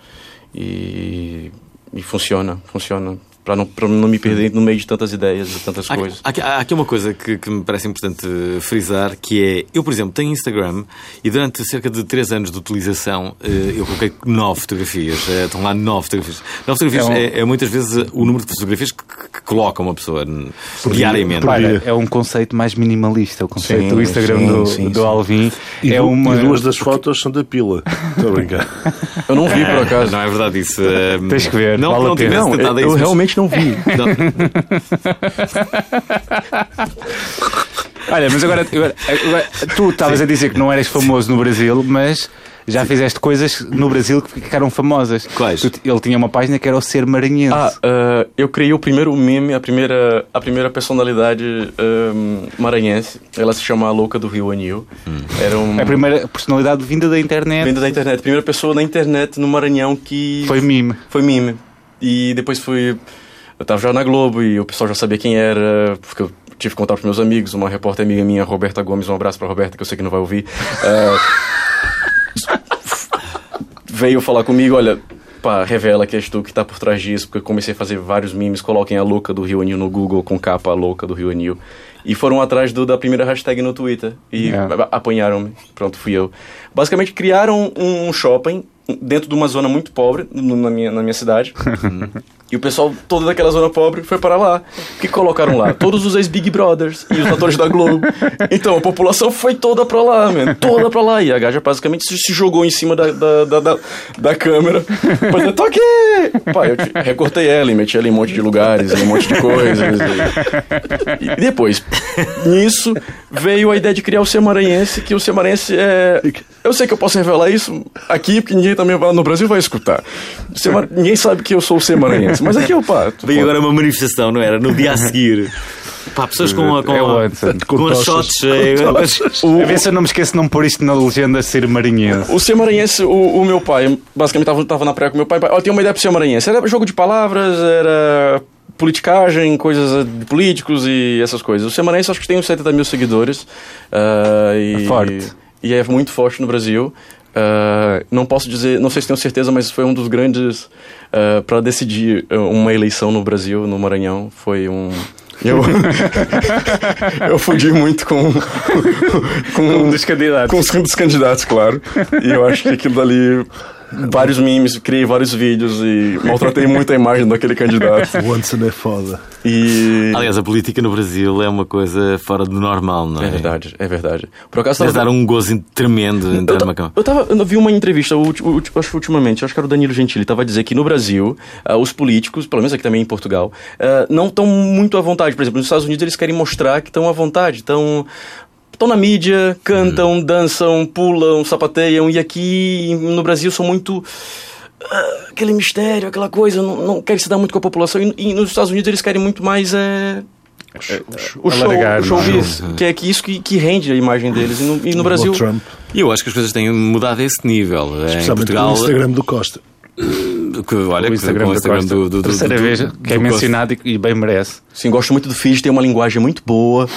[SPEAKER 4] e, e funciona, funciona. Pra não, pra não me perder no meio de tantas ideias e tantas
[SPEAKER 1] Há-
[SPEAKER 4] coisas.
[SPEAKER 1] Há, aqui- há aqui uma coisa que, que me parece importante eh, frisar, que é, eu, por exemplo, tenho Instagram e durante cerca de 3 anos de utilização eh, eu coloquei 9 fotografias. Eh, Estão lá 9 fotografias. 9 fotografias
[SPEAKER 3] É um-
[SPEAKER 1] é, é muitas vezes eh, o número de fotografias que, que- que coloca uma pessoa n- diariamente.
[SPEAKER 2] por dia.
[SPEAKER 3] Olha, é um conceito mais minimalista. O conceito
[SPEAKER 4] Sim,
[SPEAKER 3] do Instagram
[SPEAKER 4] sim,
[SPEAKER 3] do,
[SPEAKER 4] sim,
[SPEAKER 3] do
[SPEAKER 4] sim.
[SPEAKER 3] Alvin
[SPEAKER 2] E,
[SPEAKER 3] é
[SPEAKER 2] du-
[SPEAKER 3] uma.
[SPEAKER 2] e duas das fotos são da pila. Estou a brincar.
[SPEAKER 4] Eu não vi, por acaso.
[SPEAKER 1] Não é verdade isso. eh,
[SPEAKER 3] Tens que ver,
[SPEAKER 1] Não
[SPEAKER 3] vale
[SPEAKER 1] que não
[SPEAKER 3] a pena.
[SPEAKER 1] tivesse
[SPEAKER 4] Não,
[SPEAKER 1] tentado
[SPEAKER 4] eu, eu
[SPEAKER 1] isso, mas-
[SPEAKER 4] realmente não vi.
[SPEAKER 1] Não,
[SPEAKER 3] Olha, mas agora, agora- agora- tu estavas a dizer que não eras famoso no Brasil, mas já fizeste coisas no Brasil que ficaram famosas.
[SPEAKER 1] Quais?
[SPEAKER 3] Tu- ele tinha uma página que era o Ser Maranhense.
[SPEAKER 4] Ah, ah, eu criei o primeiro meme, a primeira, a primeira personalidade ahm, maranhense. Ela se chama a Louca do Rio Anil. Era um.
[SPEAKER 3] a primeira personalidade vinda da internet
[SPEAKER 4] Venda da internet. Primeira pessoa na internet no Maranhão que.
[SPEAKER 3] foi mime.
[SPEAKER 4] foi meme. E depois fui. Eu tava já na Globo e o pessoal já sabia quem era, porque eu tive contato com meus amigos, uma repórter amiga minha, Roberta Gomes, um abraço pra Roberta, que eu sei que não vai ouvir. É, eh, veio falar comigo, olha. Pá, revela que és tu que tá por trás disso, porque eu comecei a fazer vários memes, coloquem a louca do Rio Anil no Google com capa a louca do Rio Anil. E foram atrás do- da primeira hashtag no Twitter. E
[SPEAKER 3] Yeah.
[SPEAKER 4] apanharam-me. Pronto, fui eu. Basicamente criaram um shopping dentro de uma zona muito pobre no- na minha, na minha cidade. E o pessoal todo daquela zona pobre foi para lá. O que colocaram lá? Todos os ex-Big Brothers e os atores da Globo. Então a população foi toda pra lá, mano. Toda pra lá. E a gaja basicamente se, se jogou em cima da, da, da, da, da câmera. Pra dizer, toque! Pai, eu te- recortei ela e meti ela em um monte de lugares, em um monte de coisas. E, e depois, nisso, veio a ideia de criar o Semaranhense, que o Semaranhense é. Eu sei que eu posso revelar isso aqui, porque ninguém também vai no Brasil vai escutar. Semar- Ninguém sabe que eu sou o Semaranhense. Mas aqui eu pá. tu
[SPEAKER 1] Veio
[SPEAKER 4] pode-
[SPEAKER 1] agora uma manifestação, não era? No dia a seguir. Pá, pessoas com, com,
[SPEAKER 3] É o Anson.
[SPEAKER 1] com,
[SPEAKER 2] Com
[SPEAKER 1] as
[SPEAKER 2] tochas.
[SPEAKER 1] shots. eh,
[SPEAKER 3] A ver se eu não me esqueço de não pôr isto na legenda ser marinhense.
[SPEAKER 4] O ser maranhense, o, o meu pai, basicamente tava, tava na praia com meu pai, pai, ó, tem uma ideia pro ser maranhense. Era jogo de palavras, era politicagem, coisas eh, de políticos e essas coisas. O ser maranhense acho que tem uns 70 mil seguidores. ah, e,
[SPEAKER 3] É forte.
[SPEAKER 4] E é muito forte no Brasil. Ah, não posso dizer, não sei se tenho certeza, mas foi um dos grandes ah, pra para decidir ah, uma eleição no Brasil, no Maranhão. Foi um. Eu, eu fudi muito com, com,
[SPEAKER 3] candidatos.
[SPEAKER 4] com os dos candidatos, claro. E eu acho que aquilo dali. Vários memes, criei vários vídeos e maltratei muito a imagem daquele candidato.
[SPEAKER 2] O Anderson é foda.
[SPEAKER 4] E.
[SPEAKER 1] Aliás, a política no Brasil é uma coisa fora do normal, não é?
[SPEAKER 4] É verdade, é verdade. Por acaso
[SPEAKER 1] Deve dar
[SPEAKER 4] tava.
[SPEAKER 1] um gozo tremendo
[SPEAKER 4] Eu,
[SPEAKER 1] entrar numa
[SPEAKER 4] ta-
[SPEAKER 1] cama.
[SPEAKER 4] eu tava, eu vi uma entrevista, ulti- ulti- acho que ultimamente, acho que era o Danilo Gentili, tava a dizer que no Brasil, ah, os políticos, pelo menos aqui também em Portugal, ah, não estão muito à vontade. Por exemplo, nos Estados Unidos eles querem mostrar que estão à vontade, estão. Estão na mídia, cantam, dançam, pulam, sapateiam, e aqui no Brasil são muito. ah, aquele mistério, aquela coisa, não, não querem se dar muito com a população. E, e nos Estados Unidos eles querem muito mais. eh, o show,
[SPEAKER 3] alargar,
[SPEAKER 4] o
[SPEAKER 3] né?
[SPEAKER 4] showbiz, que é que isso que, que rende a imagem deles. E no, e no Brasil.
[SPEAKER 2] O Trump.
[SPEAKER 1] E eu acho que as coisas têm mudado a esse nível. Eh, Em
[SPEAKER 2] Especialmente
[SPEAKER 1] Portugal, eh,
[SPEAKER 2] o Instagram do Costa.
[SPEAKER 1] que, olha,
[SPEAKER 3] O
[SPEAKER 1] que-
[SPEAKER 3] Instagram,
[SPEAKER 1] com
[SPEAKER 3] da
[SPEAKER 1] o Instagram
[SPEAKER 3] Costa.
[SPEAKER 1] do, do, do,
[SPEAKER 3] Terceira
[SPEAKER 1] do-
[SPEAKER 3] vez
[SPEAKER 1] do-
[SPEAKER 3] que é
[SPEAKER 1] do-
[SPEAKER 3] mencionado e e bem merece.
[SPEAKER 4] Sim, gosto muito do Fizz, tem uma linguagem muito boa.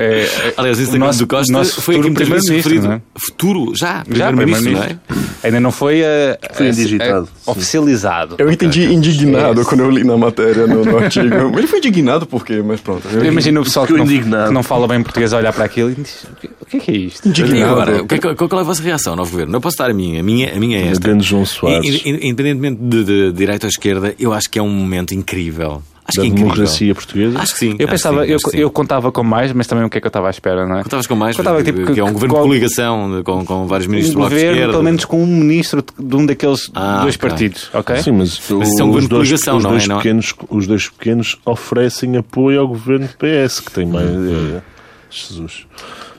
[SPEAKER 3] É, é,
[SPEAKER 1] Aliás, o Instagram
[SPEAKER 3] nosso-
[SPEAKER 1] do Costa
[SPEAKER 3] nosso
[SPEAKER 1] foi aqui muitas
[SPEAKER 3] futuro
[SPEAKER 1] vezes
[SPEAKER 3] primeiro-ministro, é?
[SPEAKER 1] referido. Futuro, já,
[SPEAKER 3] já
[SPEAKER 1] primeiro-ministro, não é?
[SPEAKER 3] primeiro-ministro. Ainda não foi, eh,
[SPEAKER 2] Foi
[SPEAKER 3] eh,
[SPEAKER 2] digitado,
[SPEAKER 3] eh,
[SPEAKER 2] sim.
[SPEAKER 3] oficializado.
[SPEAKER 4] Eu entendi indignado
[SPEAKER 3] Yes.
[SPEAKER 4] quando eu li na matéria, no, no artigo. Ele foi indignado por quê? Mas pronto.
[SPEAKER 3] Eu imagino o pessoal que
[SPEAKER 2] Ficou
[SPEAKER 3] não,
[SPEAKER 2] indignado.
[SPEAKER 3] que não fala bem português a olhar para aquilo e diz: "O que- o que é que é isto?
[SPEAKER 1] E
[SPEAKER 4] Indignado.
[SPEAKER 1] agora, o que é que- qual é a vossa reação, novo governo? Não posso dar a minha, a minha, a minha é esta.
[SPEAKER 2] Depende de João Soares.
[SPEAKER 1] In- in- Independentemente de, de direita ou esquerda, eu acho que é um momento incrível. Acho
[SPEAKER 2] Da
[SPEAKER 1] que é incrível.
[SPEAKER 2] democracia portuguesa.
[SPEAKER 1] Acho que sim.
[SPEAKER 3] Eu
[SPEAKER 1] acho
[SPEAKER 3] pensava,
[SPEAKER 1] que sim,
[SPEAKER 3] eu,
[SPEAKER 1] acho que sim.
[SPEAKER 3] eu contava com mais, mas também o que é que eu estava à espera, não é?
[SPEAKER 1] Contavas com mais,
[SPEAKER 3] Contava,
[SPEAKER 1] que,
[SPEAKER 3] tipo,
[SPEAKER 1] que é um
[SPEAKER 3] que-
[SPEAKER 1] governo
[SPEAKER 3] qual-
[SPEAKER 1] de coligação de- com, com vários
[SPEAKER 3] um
[SPEAKER 1] ministros do lado
[SPEAKER 3] governo,
[SPEAKER 1] esquerdo.
[SPEAKER 3] pelo menos com um ministro de- de um daqueles
[SPEAKER 1] Ah,
[SPEAKER 3] dois
[SPEAKER 1] ok.
[SPEAKER 3] partidos, ok?
[SPEAKER 2] Sim, mas,
[SPEAKER 1] Mas isso é um governo
[SPEAKER 2] os
[SPEAKER 1] de
[SPEAKER 2] dois,
[SPEAKER 1] coligação,
[SPEAKER 2] os
[SPEAKER 1] não é?
[SPEAKER 2] dois
[SPEAKER 1] Não é?
[SPEAKER 2] pequenos, Os dois pequenos oferecem apoio ao governo do PS, que tem mais...
[SPEAKER 1] Uhum.
[SPEAKER 2] é, Jesus.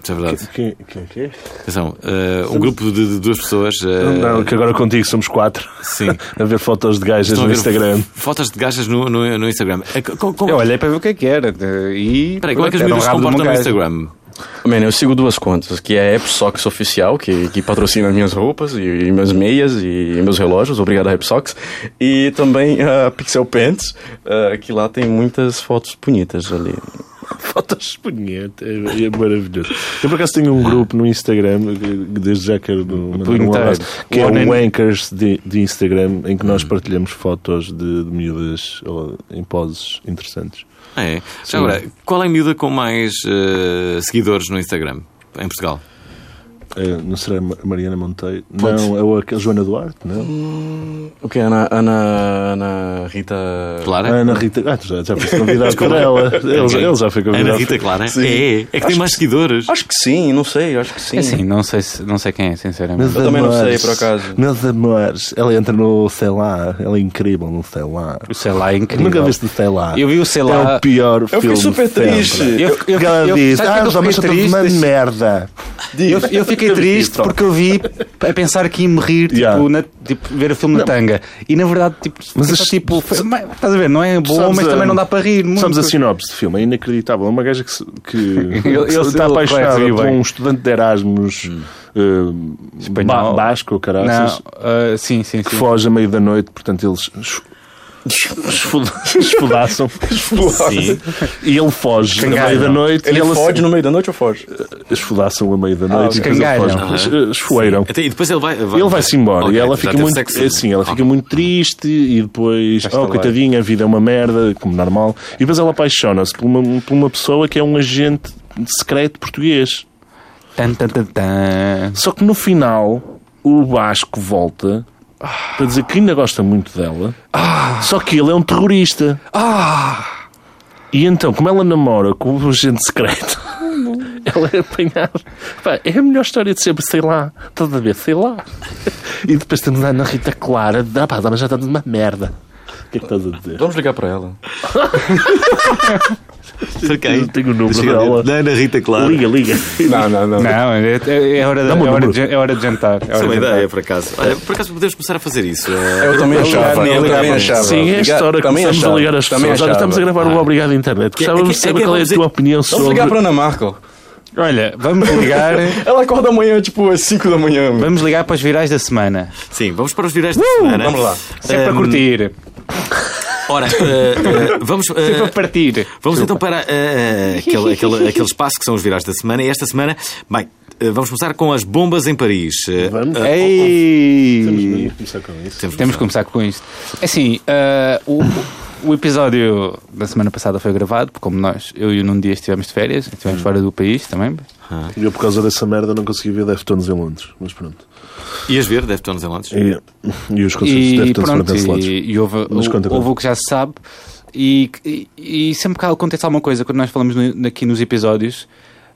[SPEAKER 1] Isso é verdade.
[SPEAKER 2] Quem, quem, quem é?
[SPEAKER 1] Atenção, eh, um grupo de, de duas pessoas. eh,
[SPEAKER 2] Então, Não, que agora contigo somos quatro.
[SPEAKER 1] Sim.
[SPEAKER 2] a ver fotos de gajas
[SPEAKER 1] Estão a
[SPEAKER 2] no
[SPEAKER 1] ver
[SPEAKER 2] Instagram.
[SPEAKER 1] f- Fotos de gajas no, no, no Instagram. Eh, co- co-
[SPEAKER 3] Eu olhei para ver o que é que era. de- E.
[SPEAKER 1] Peraí, como é que as
[SPEAKER 3] era um
[SPEAKER 1] miúdas se
[SPEAKER 3] rabo de uma
[SPEAKER 1] comportam no
[SPEAKER 3] gaja.
[SPEAKER 1] Instagram?
[SPEAKER 4] Mano, eu sigo duas contas, que é a AppSox oficial, que, que patrocina minhas roupas e, e minhas meias e meus relógios, obrigado a AppSox. E também a Pixel Pants, ah, que lá tem muitas fotos bonitas ali.
[SPEAKER 2] Fotos bonitas, é, é maravilhoso. Eu por acaso tenho um grupo no Instagram, que desde já quero mandar um
[SPEAKER 3] Punheteiro.
[SPEAKER 2] abraço, que é
[SPEAKER 3] One
[SPEAKER 2] um
[SPEAKER 3] and-
[SPEAKER 2] Anchors de, de Instagram, em que nós
[SPEAKER 1] Uhum.
[SPEAKER 2] partilhamos fotos de, de miúdas ó, em poses interessantes.
[SPEAKER 1] Ah, é.
[SPEAKER 2] Sim.
[SPEAKER 1] Já agora, qual é a miúda com mais eh, seguidores no Instagram? Em Portugal.
[SPEAKER 2] É, não será a Ma- Mariana Monteiro? Não, é o, a Joana Duarte, não?
[SPEAKER 4] O que? Ana, Ana, Ana Rita.
[SPEAKER 2] A
[SPEAKER 3] é?
[SPEAKER 1] Clara?
[SPEAKER 2] Ana Rita. Ah, tu já, já foste convidado para ela. Eh, Ele, ele já foi convidado.
[SPEAKER 1] Ana Rita Clara?
[SPEAKER 2] Sim.
[SPEAKER 1] É, é que tem mais seguidores.
[SPEAKER 4] Acho que sim, não sei, acho que sim.
[SPEAKER 3] É assim, não sei, se- não sei quem é, sinceramente.
[SPEAKER 2] Meus
[SPEAKER 4] Eu também não sei,
[SPEAKER 2] amores,
[SPEAKER 4] por acaso.
[SPEAKER 2] Meus amores, ela entra no sei lá, ela é incrível no sei lá.
[SPEAKER 3] O sei lá é incrível.
[SPEAKER 2] Nunca viste o sei lá.
[SPEAKER 3] Eu vi o sei
[SPEAKER 4] um
[SPEAKER 2] É
[SPEAKER 3] lá.
[SPEAKER 2] o pior
[SPEAKER 4] Eu
[SPEAKER 2] filme.
[SPEAKER 4] fiquei super
[SPEAKER 2] de sempre.
[SPEAKER 4] triste.
[SPEAKER 3] Eu, eu,
[SPEAKER 2] Que ela
[SPEAKER 3] eu-
[SPEAKER 2] diz,
[SPEAKER 3] sabe
[SPEAKER 2] ah, os
[SPEAKER 3] porque eu
[SPEAKER 2] homens são
[SPEAKER 3] fiquei
[SPEAKER 2] todos uma
[SPEAKER 3] triste?
[SPEAKER 2] merda.
[SPEAKER 3] Eu, eu fiquei triste porque eu vi a pensar que ia me rir, tipo,
[SPEAKER 2] Yeah.
[SPEAKER 3] na- tipo, ver o filme na tanga. E na verdade, tipo,
[SPEAKER 2] Mas
[SPEAKER 3] mas
[SPEAKER 2] as-
[SPEAKER 3] tipo foi- mas, estás a ver, não é bom,
[SPEAKER 2] sabes
[SPEAKER 3] mas
[SPEAKER 2] a-
[SPEAKER 3] também não dá para rir. Muito.
[SPEAKER 2] Somos a sinopse de filme, é inacreditável. É uma gaja que, se- que,
[SPEAKER 3] Eu-
[SPEAKER 2] que
[SPEAKER 3] eu-
[SPEAKER 2] está
[SPEAKER 3] eu-
[SPEAKER 2] apaixonada
[SPEAKER 3] eu- eu-
[SPEAKER 2] por
[SPEAKER 3] bem.
[SPEAKER 2] um estudante de Erasmus eh,
[SPEAKER 3] Espanhol.
[SPEAKER 2] ba- basco,
[SPEAKER 3] Não,
[SPEAKER 2] caraças,
[SPEAKER 3] ah, sim, sim,
[SPEAKER 2] que
[SPEAKER 3] sim.
[SPEAKER 2] foge a meio da noite, portanto eles es- esfodaçam
[SPEAKER 1] Sim.
[SPEAKER 2] e ele foge a
[SPEAKER 3] Escangalham.
[SPEAKER 2] meio da noite
[SPEAKER 4] Ele
[SPEAKER 2] e ela
[SPEAKER 4] fode no meio da noite ou foge?
[SPEAKER 2] esfodaçam a meio da noite e depois ele
[SPEAKER 3] Ah, escangalham.
[SPEAKER 2] foge. Es- esfoeiram.
[SPEAKER 1] Até- e depois ele vai.
[SPEAKER 2] Ele vai-se embora
[SPEAKER 1] Ok,
[SPEAKER 2] e ela
[SPEAKER 1] já
[SPEAKER 2] fica
[SPEAKER 1] teve
[SPEAKER 2] muito
[SPEAKER 1] sexo.
[SPEAKER 2] assim, ela fica muito triste e depois,
[SPEAKER 3] Esta
[SPEAKER 2] oh
[SPEAKER 3] lei.
[SPEAKER 2] coitadinha, a vida é uma merda, como normal. E depois ela apaixona-se por uma, por uma pessoa que é um agente secreto português.
[SPEAKER 3] Tan, tan, tan, tan.
[SPEAKER 2] Só que no final o Vasco volta para dizer que ainda gosta muito dela, só que ele é um terrorista. E então, como ela namora com o agente secreto, ela é apanhada. Pá, é a melhor história de sempre, sei lá. Estás a ver, sei lá. E depois temos a Ana Rita Clara, ah, pá, mas já está tudo uma merda. O que é que estás a dizer?
[SPEAKER 4] Vamos ligar pra ela.
[SPEAKER 1] Saquei.
[SPEAKER 2] Eu tenho o número
[SPEAKER 1] Deixa eu
[SPEAKER 2] dela.
[SPEAKER 1] ver. Da Ana Rita, claro.
[SPEAKER 2] Liga, liga.
[SPEAKER 1] Tá
[SPEAKER 4] Não, não, não.
[SPEAKER 3] Não, é, é- é hora de,
[SPEAKER 2] Dá-me o
[SPEAKER 3] é hora
[SPEAKER 2] número.
[SPEAKER 3] de, jan- é hora de jantar. É
[SPEAKER 1] Isso é
[SPEAKER 3] hora
[SPEAKER 1] uma
[SPEAKER 3] de jantar.
[SPEAKER 1] ideia, por acaso. Olha, por acaso podemos começar a fazer isso. eh,
[SPEAKER 4] Eu também achava. Eu também achava.
[SPEAKER 2] Sim, é a
[SPEAKER 4] Ligar-
[SPEAKER 2] história que
[SPEAKER 4] também
[SPEAKER 2] começamos a
[SPEAKER 4] achava,
[SPEAKER 2] ligar as
[SPEAKER 4] também
[SPEAKER 2] pessoas. Olha,
[SPEAKER 4] achava.
[SPEAKER 2] estamos a gravar o Obrigado Internet.
[SPEAKER 1] Ah.
[SPEAKER 2] Gostávamos
[SPEAKER 1] é
[SPEAKER 2] de
[SPEAKER 1] que- é
[SPEAKER 2] saber
[SPEAKER 1] que
[SPEAKER 2] qual é a
[SPEAKER 1] vamos
[SPEAKER 2] tua
[SPEAKER 1] dizer-
[SPEAKER 2] opinião
[SPEAKER 4] Vamos ligar pra
[SPEAKER 2] sobre...
[SPEAKER 4] Ana Marco.
[SPEAKER 3] Olha, vamos ligar,
[SPEAKER 4] Ela acorda amanhã, tipo, às 5 da manhã. meu.
[SPEAKER 3] vamos ligar para os virais da semana.
[SPEAKER 1] Sim, vamos para os virais da semana.
[SPEAKER 4] Vamos lá.
[SPEAKER 3] Sempre para
[SPEAKER 1] Ahm,
[SPEAKER 3] curtir,
[SPEAKER 1] Ora, eh, eh, vamos. eh,
[SPEAKER 3] sempre para partir.
[SPEAKER 1] Vamos então para eh, eh, aquele, aquele, aquele espaço que são os virais da semana. E esta semana, bem, eh, vamos começar com as bombas em Paris. Eh,
[SPEAKER 2] Vamos.
[SPEAKER 1] oh,
[SPEAKER 3] Ei!
[SPEAKER 2] Vamos começar com isso.
[SPEAKER 1] temos-
[SPEAKER 3] Temos que começar com isto. Assim, ah, o, o episódio da semana passada foi gravado, porque como nós, eu e o Nuno Dias estivemos de férias, estivemos fora do país também.
[SPEAKER 2] Eu, por causa dessa merda, não consegui ver Deftones em Londres. Mas pronto.
[SPEAKER 1] Ias ver, deve estar nos em Londres.
[SPEAKER 2] E, e os concertos de
[SPEAKER 3] E
[SPEAKER 2] Deftones foram
[SPEAKER 3] pronto,
[SPEAKER 2] cancelados.
[SPEAKER 3] e, e houve,
[SPEAKER 2] Mas conta,
[SPEAKER 3] hou-
[SPEAKER 2] conta.
[SPEAKER 3] houve o que já se sabe. E, e, e sempre que acontece alguma coisa, quando nós falamos no- aqui nos episódios,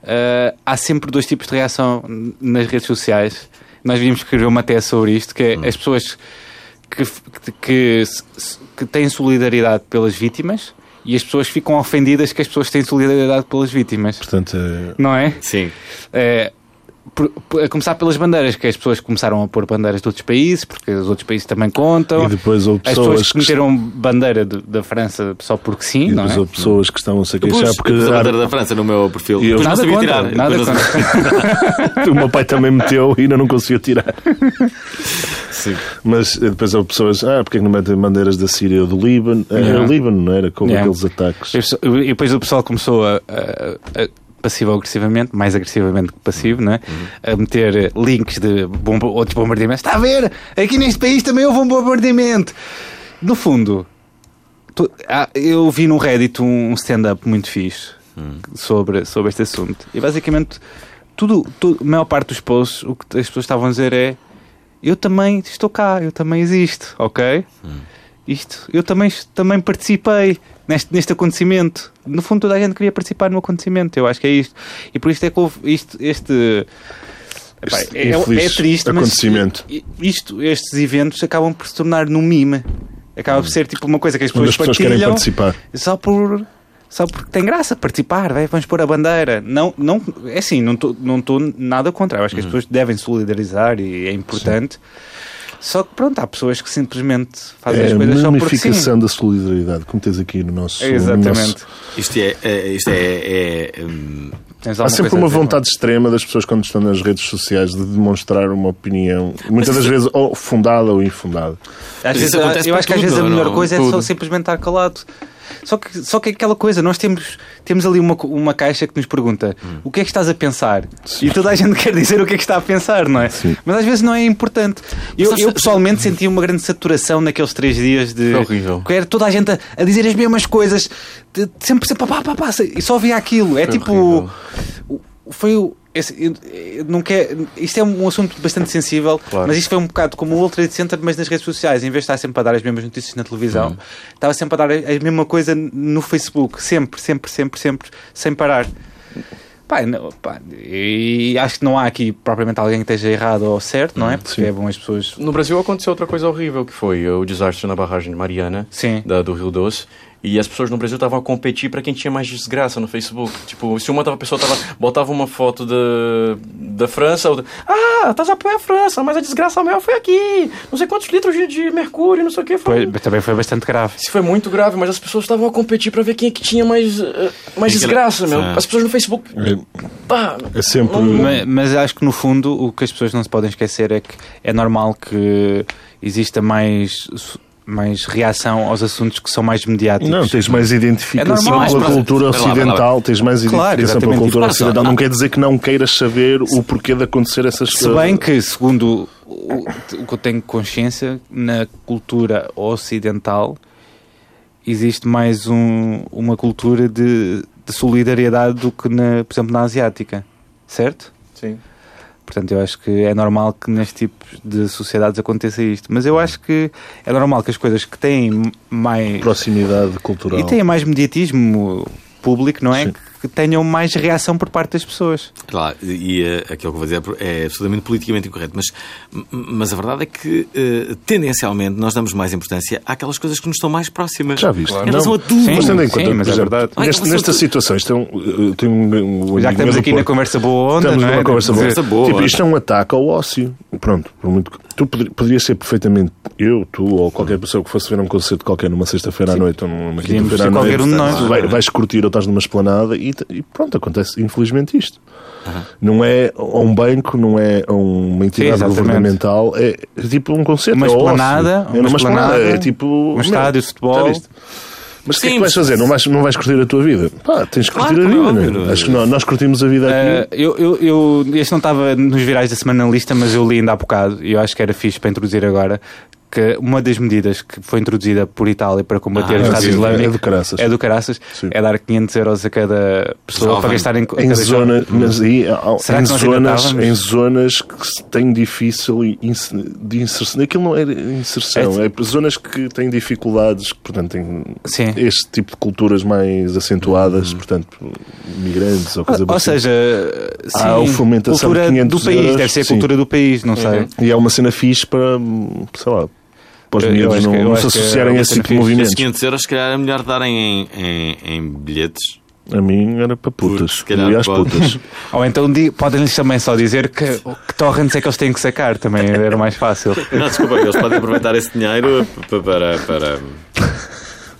[SPEAKER 3] ah, há sempre dois tipos de reação nas redes sociais. Nós vimos escrever uma tese sobre isto, que é as pessoas que, f- que, que se- se- que têm solidariedade pelas vítimas e as pessoas que ficam ofendidas que as pessoas têm solidariedade pelas vítimas.
[SPEAKER 2] Portanto, é...
[SPEAKER 3] Não é?
[SPEAKER 1] Sim.
[SPEAKER 3] É, por- por- a começar pelas bandeiras, que é as pessoas começaram a pôr bandeiras de outros países, porque os outros países também contam.
[SPEAKER 2] E depois houve
[SPEAKER 3] As pessoas
[SPEAKER 2] pessoas
[SPEAKER 3] que
[SPEAKER 2] que...
[SPEAKER 3] meteram bandeira de- da França só porque
[SPEAKER 2] E
[SPEAKER 3] sim, não
[SPEAKER 2] depois
[SPEAKER 3] é?
[SPEAKER 2] houve pessoas que estavam a
[SPEAKER 1] Eu pus,
[SPEAKER 2] queixar
[SPEAKER 1] eu
[SPEAKER 2] porque
[SPEAKER 1] pus a
[SPEAKER 2] a-
[SPEAKER 1] bandeira da França no meu perfil.
[SPEAKER 2] E eu-
[SPEAKER 1] Depois não
[SPEAKER 3] Nada
[SPEAKER 1] sabia
[SPEAKER 3] contra,
[SPEAKER 1] tirar.
[SPEAKER 3] nada
[SPEAKER 1] Depois não
[SPEAKER 3] contra.
[SPEAKER 1] sabia-
[SPEAKER 2] o meu pai também meteu e ainda não conseguiu tirar.
[SPEAKER 1] Sim.
[SPEAKER 2] Mas eh, depois houve pessoas, ah, porque é que não metem bandeiras da Síria ou do Líbano? Era
[SPEAKER 3] Yeah.
[SPEAKER 2] o Líbano, não era? Com
[SPEAKER 3] Yeah.
[SPEAKER 2] aqueles ataques.
[SPEAKER 3] E as pessoas- E depois o pessoal começou a, a- a- passivo ou agressivamente, mais agressivamente que passivo, não é?
[SPEAKER 2] Uhum.
[SPEAKER 3] a meter eh, links de bomba, outros bombardeamentos. Está a ver? Aqui neste país também houve um bombardeamento. No fundo, tu- ah, eu vi no Reddit um um stand-up muito fixe sobre, sobre este assunto. E basicamente, tudo, tu- a maior parte dos posts, o que as pessoas estavam a dizer é eu também estou cá, eu também existo, ok?
[SPEAKER 2] Hum.
[SPEAKER 3] Isto, eu também, também participei neste, neste acontecimento. No fundo, toda a gente queria participar no acontecimento, eu acho que é isto. E por isto é que houve isto, este. Epá,
[SPEAKER 2] Este
[SPEAKER 3] é, é
[SPEAKER 2] infeliz
[SPEAKER 3] triste, mas
[SPEAKER 2] acontecimento.
[SPEAKER 3] i- isto, estes eventos acabam por se tornar num mime. Acaba por ser tipo uma coisa que as
[SPEAKER 2] Quando
[SPEAKER 3] pessoas,
[SPEAKER 2] Hum. as pessoas querem
[SPEAKER 3] partilham
[SPEAKER 2] participar.
[SPEAKER 3] só por só porque tem graça participar, vai, vamos pôr a bandeira. Não, não, é assim, não estou não tô nada contra. Eu acho que
[SPEAKER 2] Uhum.
[SPEAKER 3] as pessoas devem solidarizar e é importante. Só que pronto, há pessoas que simplesmente fazem
[SPEAKER 2] É
[SPEAKER 3] as
[SPEAKER 2] a
[SPEAKER 3] coisas só porque sim.
[SPEAKER 2] mamificação da solidariedade, como tens aqui no nosso.
[SPEAKER 3] É,
[SPEAKER 2] no nosso-
[SPEAKER 3] Exatamente.
[SPEAKER 1] Isto é. é- Isto é, é, hum,
[SPEAKER 3] Tens
[SPEAKER 2] Há
[SPEAKER 3] alguma
[SPEAKER 2] sempre
[SPEAKER 3] coisa a
[SPEAKER 2] uma
[SPEAKER 3] dizer?
[SPEAKER 2] vontade extrema das pessoas quando estão nas redes sociais de demonstrar uma opinião, muitas das
[SPEAKER 1] isso-
[SPEAKER 2] vezes ou fundada ou infundada.
[SPEAKER 3] Às
[SPEAKER 1] Mas
[SPEAKER 3] vezes,
[SPEAKER 1] isso acontece
[SPEAKER 3] eu
[SPEAKER 1] para
[SPEAKER 3] acho que às
[SPEAKER 1] tudo,
[SPEAKER 3] vezes a
[SPEAKER 1] não?
[SPEAKER 3] melhor coisa é só
[SPEAKER 1] Tudo.
[SPEAKER 3] simplesmente estar calado. Só que, só que é aquela coisa, nós temos, temos ali uma, co- uma caixa que nos pergunta o que é que estás a pensar? E toda a gente quer dizer o que é que está a pensar, não é? Mas às vezes não é importante. Eu,
[SPEAKER 1] sabes-
[SPEAKER 3] eu pessoalmente senti uma grande saturação naqueles três dias de.
[SPEAKER 4] Foi horrível.
[SPEAKER 3] Que era toda a gente a, a dizer as mesmas coisas, de- de sempre, sempre, pá, pá, pá, e só via aquilo. É tipo.
[SPEAKER 4] horrível.
[SPEAKER 3] o- Foi o. esse- eu- eu não quero, isto é um assunto bastante sensível, mas isto foi um bocado como o World Trade Center, mas nas redes sociais. Em vez de estar sempre a dar as mesmas notícias na televisão, estava sempre a dar a a mesma coisa no Facebook. Sempre, sempre, sempre, sempre, sem parar. Pá, não- pá, e acho que não há aqui propriamente alguém que esteja errado ou certo, não é? Porque é bom as pessoas.
[SPEAKER 4] No Brasil aconteceu outra coisa horrível, que foi o desastre na barragem de Mariana,
[SPEAKER 3] Sim.
[SPEAKER 4] da- do Rio Doce. E as pessoas no Brasil estavam a competir pra quem tinha mais desgraça no Facebook. Tipo, se uma tava- pessoa tava, botava uma foto da, da França, outra, ah, tá apoia a França, mas a desgraça maior foi aqui. Não sei quantos litros de, de mercúrio, não sei o que. Foi... um-"
[SPEAKER 3] também foi bastante grave.
[SPEAKER 4] Isso foi muito grave, mas as pessoas estavam a competir pra ver quem é que tinha mais, eh, mais
[SPEAKER 1] Quem que era-
[SPEAKER 4] desgraça, meu.
[SPEAKER 1] Ah.
[SPEAKER 4] As pessoas no Facebook. Pá,
[SPEAKER 2] É sempre.
[SPEAKER 3] Mas, mas acho que no fundo o que as pessoas não se podem esquecer é que é normal que exista mais, mais reação aos assuntos que são mais mediáticos.
[SPEAKER 2] Não, tens mais
[SPEAKER 3] É
[SPEAKER 2] identificação
[SPEAKER 3] normal,
[SPEAKER 2] pela
[SPEAKER 1] mas- Espera
[SPEAKER 2] cultura
[SPEAKER 1] lá, espera
[SPEAKER 2] ocidental, tens mais
[SPEAKER 3] Claro,
[SPEAKER 2] identificação pela
[SPEAKER 3] exatamente.
[SPEAKER 2] cultura
[SPEAKER 1] Repara só,
[SPEAKER 2] ocidental.
[SPEAKER 1] há-
[SPEAKER 2] Não quer dizer que não queiras saber o porquê de acontecer essas
[SPEAKER 3] Se
[SPEAKER 2] coisas.
[SPEAKER 3] bem que, segundo o, o que eu tenho consciência, na cultura ocidental existe mais um- uma cultura de, de solidariedade do que, na, por exemplo, na asiática. Certo?
[SPEAKER 4] sim.
[SPEAKER 3] Portanto, eu acho que é normal que neste tipo de sociedades aconteça isto. Mas eu acho que é normal que as coisas que têm mais.
[SPEAKER 2] Proximidade cultural.
[SPEAKER 3] e têm mais mediatismo público, não é?
[SPEAKER 2] Sim.
[SPEAKER 3] Que tenham mais reação por parte das pessoas.
[SPEAKER 1] Lá, e eh, aquilo que eu vou dizer é absolutamente politicamente incorreto, mas, m- mas a verdade é que eh, tendencialmente nós damos mais importância àquelas coisas que nos estão mais próximas.
[SPEAKER 2] Já viste?
[SPEAKER 1] Em relação a tudo.
[SPEAKER 2] Mas tendo em
[SPEAKER 3] Sim,
[SPEAKER 2] conta,
[SPEAKER 3] mas
[SPEAKER 2] por
[SPEAKER 3] é
[SPEAKER 2] exemplo,
[SPEAKER 3] verdade.
[SPEAKER 1] Ai,
[SPEAKER 2] neste-
[SPEAKER 1] mas
[SPEAKER 2] nesta
[SPEAKER 1] tu-
[SPEAKER 2] situação, isto é um, eu tenho um, um
[SPEAKER 3] Já que
[SPEAKER 2] amigo meu
[SPEAKER 3] estamos
[SPEAKER 2] do
[SPEAKER 3] aqui na
[SPEAKER 2] Porto.
[SPEAKER 3] conversa boa onda,
[SPEAKER 2] Estamos
[SPEAKER 3] não é?
[SPEAKER 2] numa conversa boa.
[SPEAKER 1] Conversa boa.
[SPEAKER 2] Tipo, isto é um ataque ao ócio. Pronto, por muito que... Tu poder- poderias ser perfeitamente eu, tu ou qualquer pessoa que fosse ver um concerto qualquer numa sexta-feira à noite ou numa
[SPEAKER 3] Podíamos
[SPEAKER 2] quinta-feira
[SPEAKER 3] ser
[SPEAKER 2] à noite.
[SPEAKER 3] qualquer um de nós.
[SPEAKER 2] Tu vai- vais curtir ou estás numa esplanada e, t- e pronto, acontece infelizmente isto. Não é a um banco, não é a uma entidade
[SPEAKER 3] exatamente.
[SPEAKER 2] governamental, é tipo um concerto.
[SPEAKER 3] Uma
[SPEAKER 2] é ao ócio.
[SPEAKER 3] esplanada,
[SPEAKER 2] é
[SPEAKER 3] uma
[SPEAKER 2] uma esplanada,
[SPEAKER 3] esplanada,
[SPEAKER 2] é tipo.
[SPEAKER 3] Um estádio de
[SPEAKER 2] já
[SPEAKER 3] futebol.
[SPEAKER 2] viste? Mas o que é
[SPEAKER 1] Sim,
[SPEAKER 2] que vais
[SPEAKER 1] mas-
[SPEAKER 2] fazer? Não vais, não vais curtir a tua vida? Pá, tens que
[SPEAKER 1] Claro
[SPEAKER 2] curtir
[SPEAKER 1] que
[SPEAKER 2] a vida,
[SPEAKER 1] não,
[SPEAKER 2] não
[SPEAKER 1] meu
[SPEAKER 2] é? Acho que nós, nós curtimos a vida aqui.
[SPEAKER 3] Ah, eu, eu, eu- este não estava nos virais da semana na lista, mas eu li ainda há bocado e eu acho que era fixe para introduzir agora que uma das medidas que foi introduzida por Itália para combater
[SPEAKER 1] Ah,
[SPEAKER 3] o Estado
[SPEAKER 1] sim,
[SPEAKER 3] Islâmico
[SPEAKER 2] é do caraças.
[SPEAKER 3] é do caraças,
[SPEAKER 2] Sim.
[SPEAKER 3] é dar 500 euros a cada pessoa
[SPEAKER 1] Jovem.
[SPEAKER 3] para gastar em, a
[SPEAKER 2] em
[SPEAKER 3] cada
[SPEAKER 2] zona,
[SPEAKER 3] jovem.
[SPEAKER 2] mas aí, há-
[SPEAKER 3] Será
[SPEAKER 2] em
[SPEAKER 3] que nós ainda
[SPEAKER 2] zonas,
[SPEAKER 3] estávamos?
[SPEAKER 2] em zonas que se têm difícil in- de inserção. Aquilo não é inserção, é, zonas que têm dificuldades, que, portanto, têm
[SPEAKER 3] Sim.
[SPEAKER 2] este tipo de culturas mais acentuadas, portanto, migrantes ou coisa
[SPEAKER 3] Ah, Ou, ou
[SPEAKER 2] parecida.
[SPEAKER 3] seja, sim,
[SPEAKER 2] Há o fomentação
[SPEAKER 3] cultura
[SPEAKER 2] de 500
[SPEAKER 3] do país,
[SPEAKER 2] euros,
[SPEAKER 3] deve ser a
[SPEAKER 2] sim.
[SPEAKER 3] cultura do país, não sei.
[SPEAKER 2] E é uma cena fixe para, sei lá, para os
[SPEAKER 3] Eu- eu
[SPEAKER 2] miúdos
[SPEAKER 3] acho
[SPEAKER 2] não,
[SPEAKER 3] que- eu
[SPEAKER 2] não se
[SPEAKER 3] acho que é
[SPEAKER 2] associarem
[SPEAKER 3] uma
[SPEAKER 2] a esse
[SPEAKER 3] cena
[SPEAKER 2] tipo de
[SPEAKER 3] fixe.
[SPEAKER 1] Esses
[SPEAKER 2] movimentos.
[SPEAKER 1] 500 euros, se calhar, é melhor darem em, em, em bilhetes.
[SPEAKER 2] A mim era para
[SPEAKER 1] Porque,
[SPEAKER 2] putas.
[SPEAKER 1] se calhar,
[SPEAKER 2] Eu ia às
[SPEAKER 1] pode.
[SPEAKER 2] putas.
[SPEAKER 3] Ou então di- podem-lhes também só dizer que, que torrents é que eles têm que sacar, também era mais fácil.
[SPEAKER 1] Não, desculpa, eles podem aproveitar esse dinheiro para, para, para,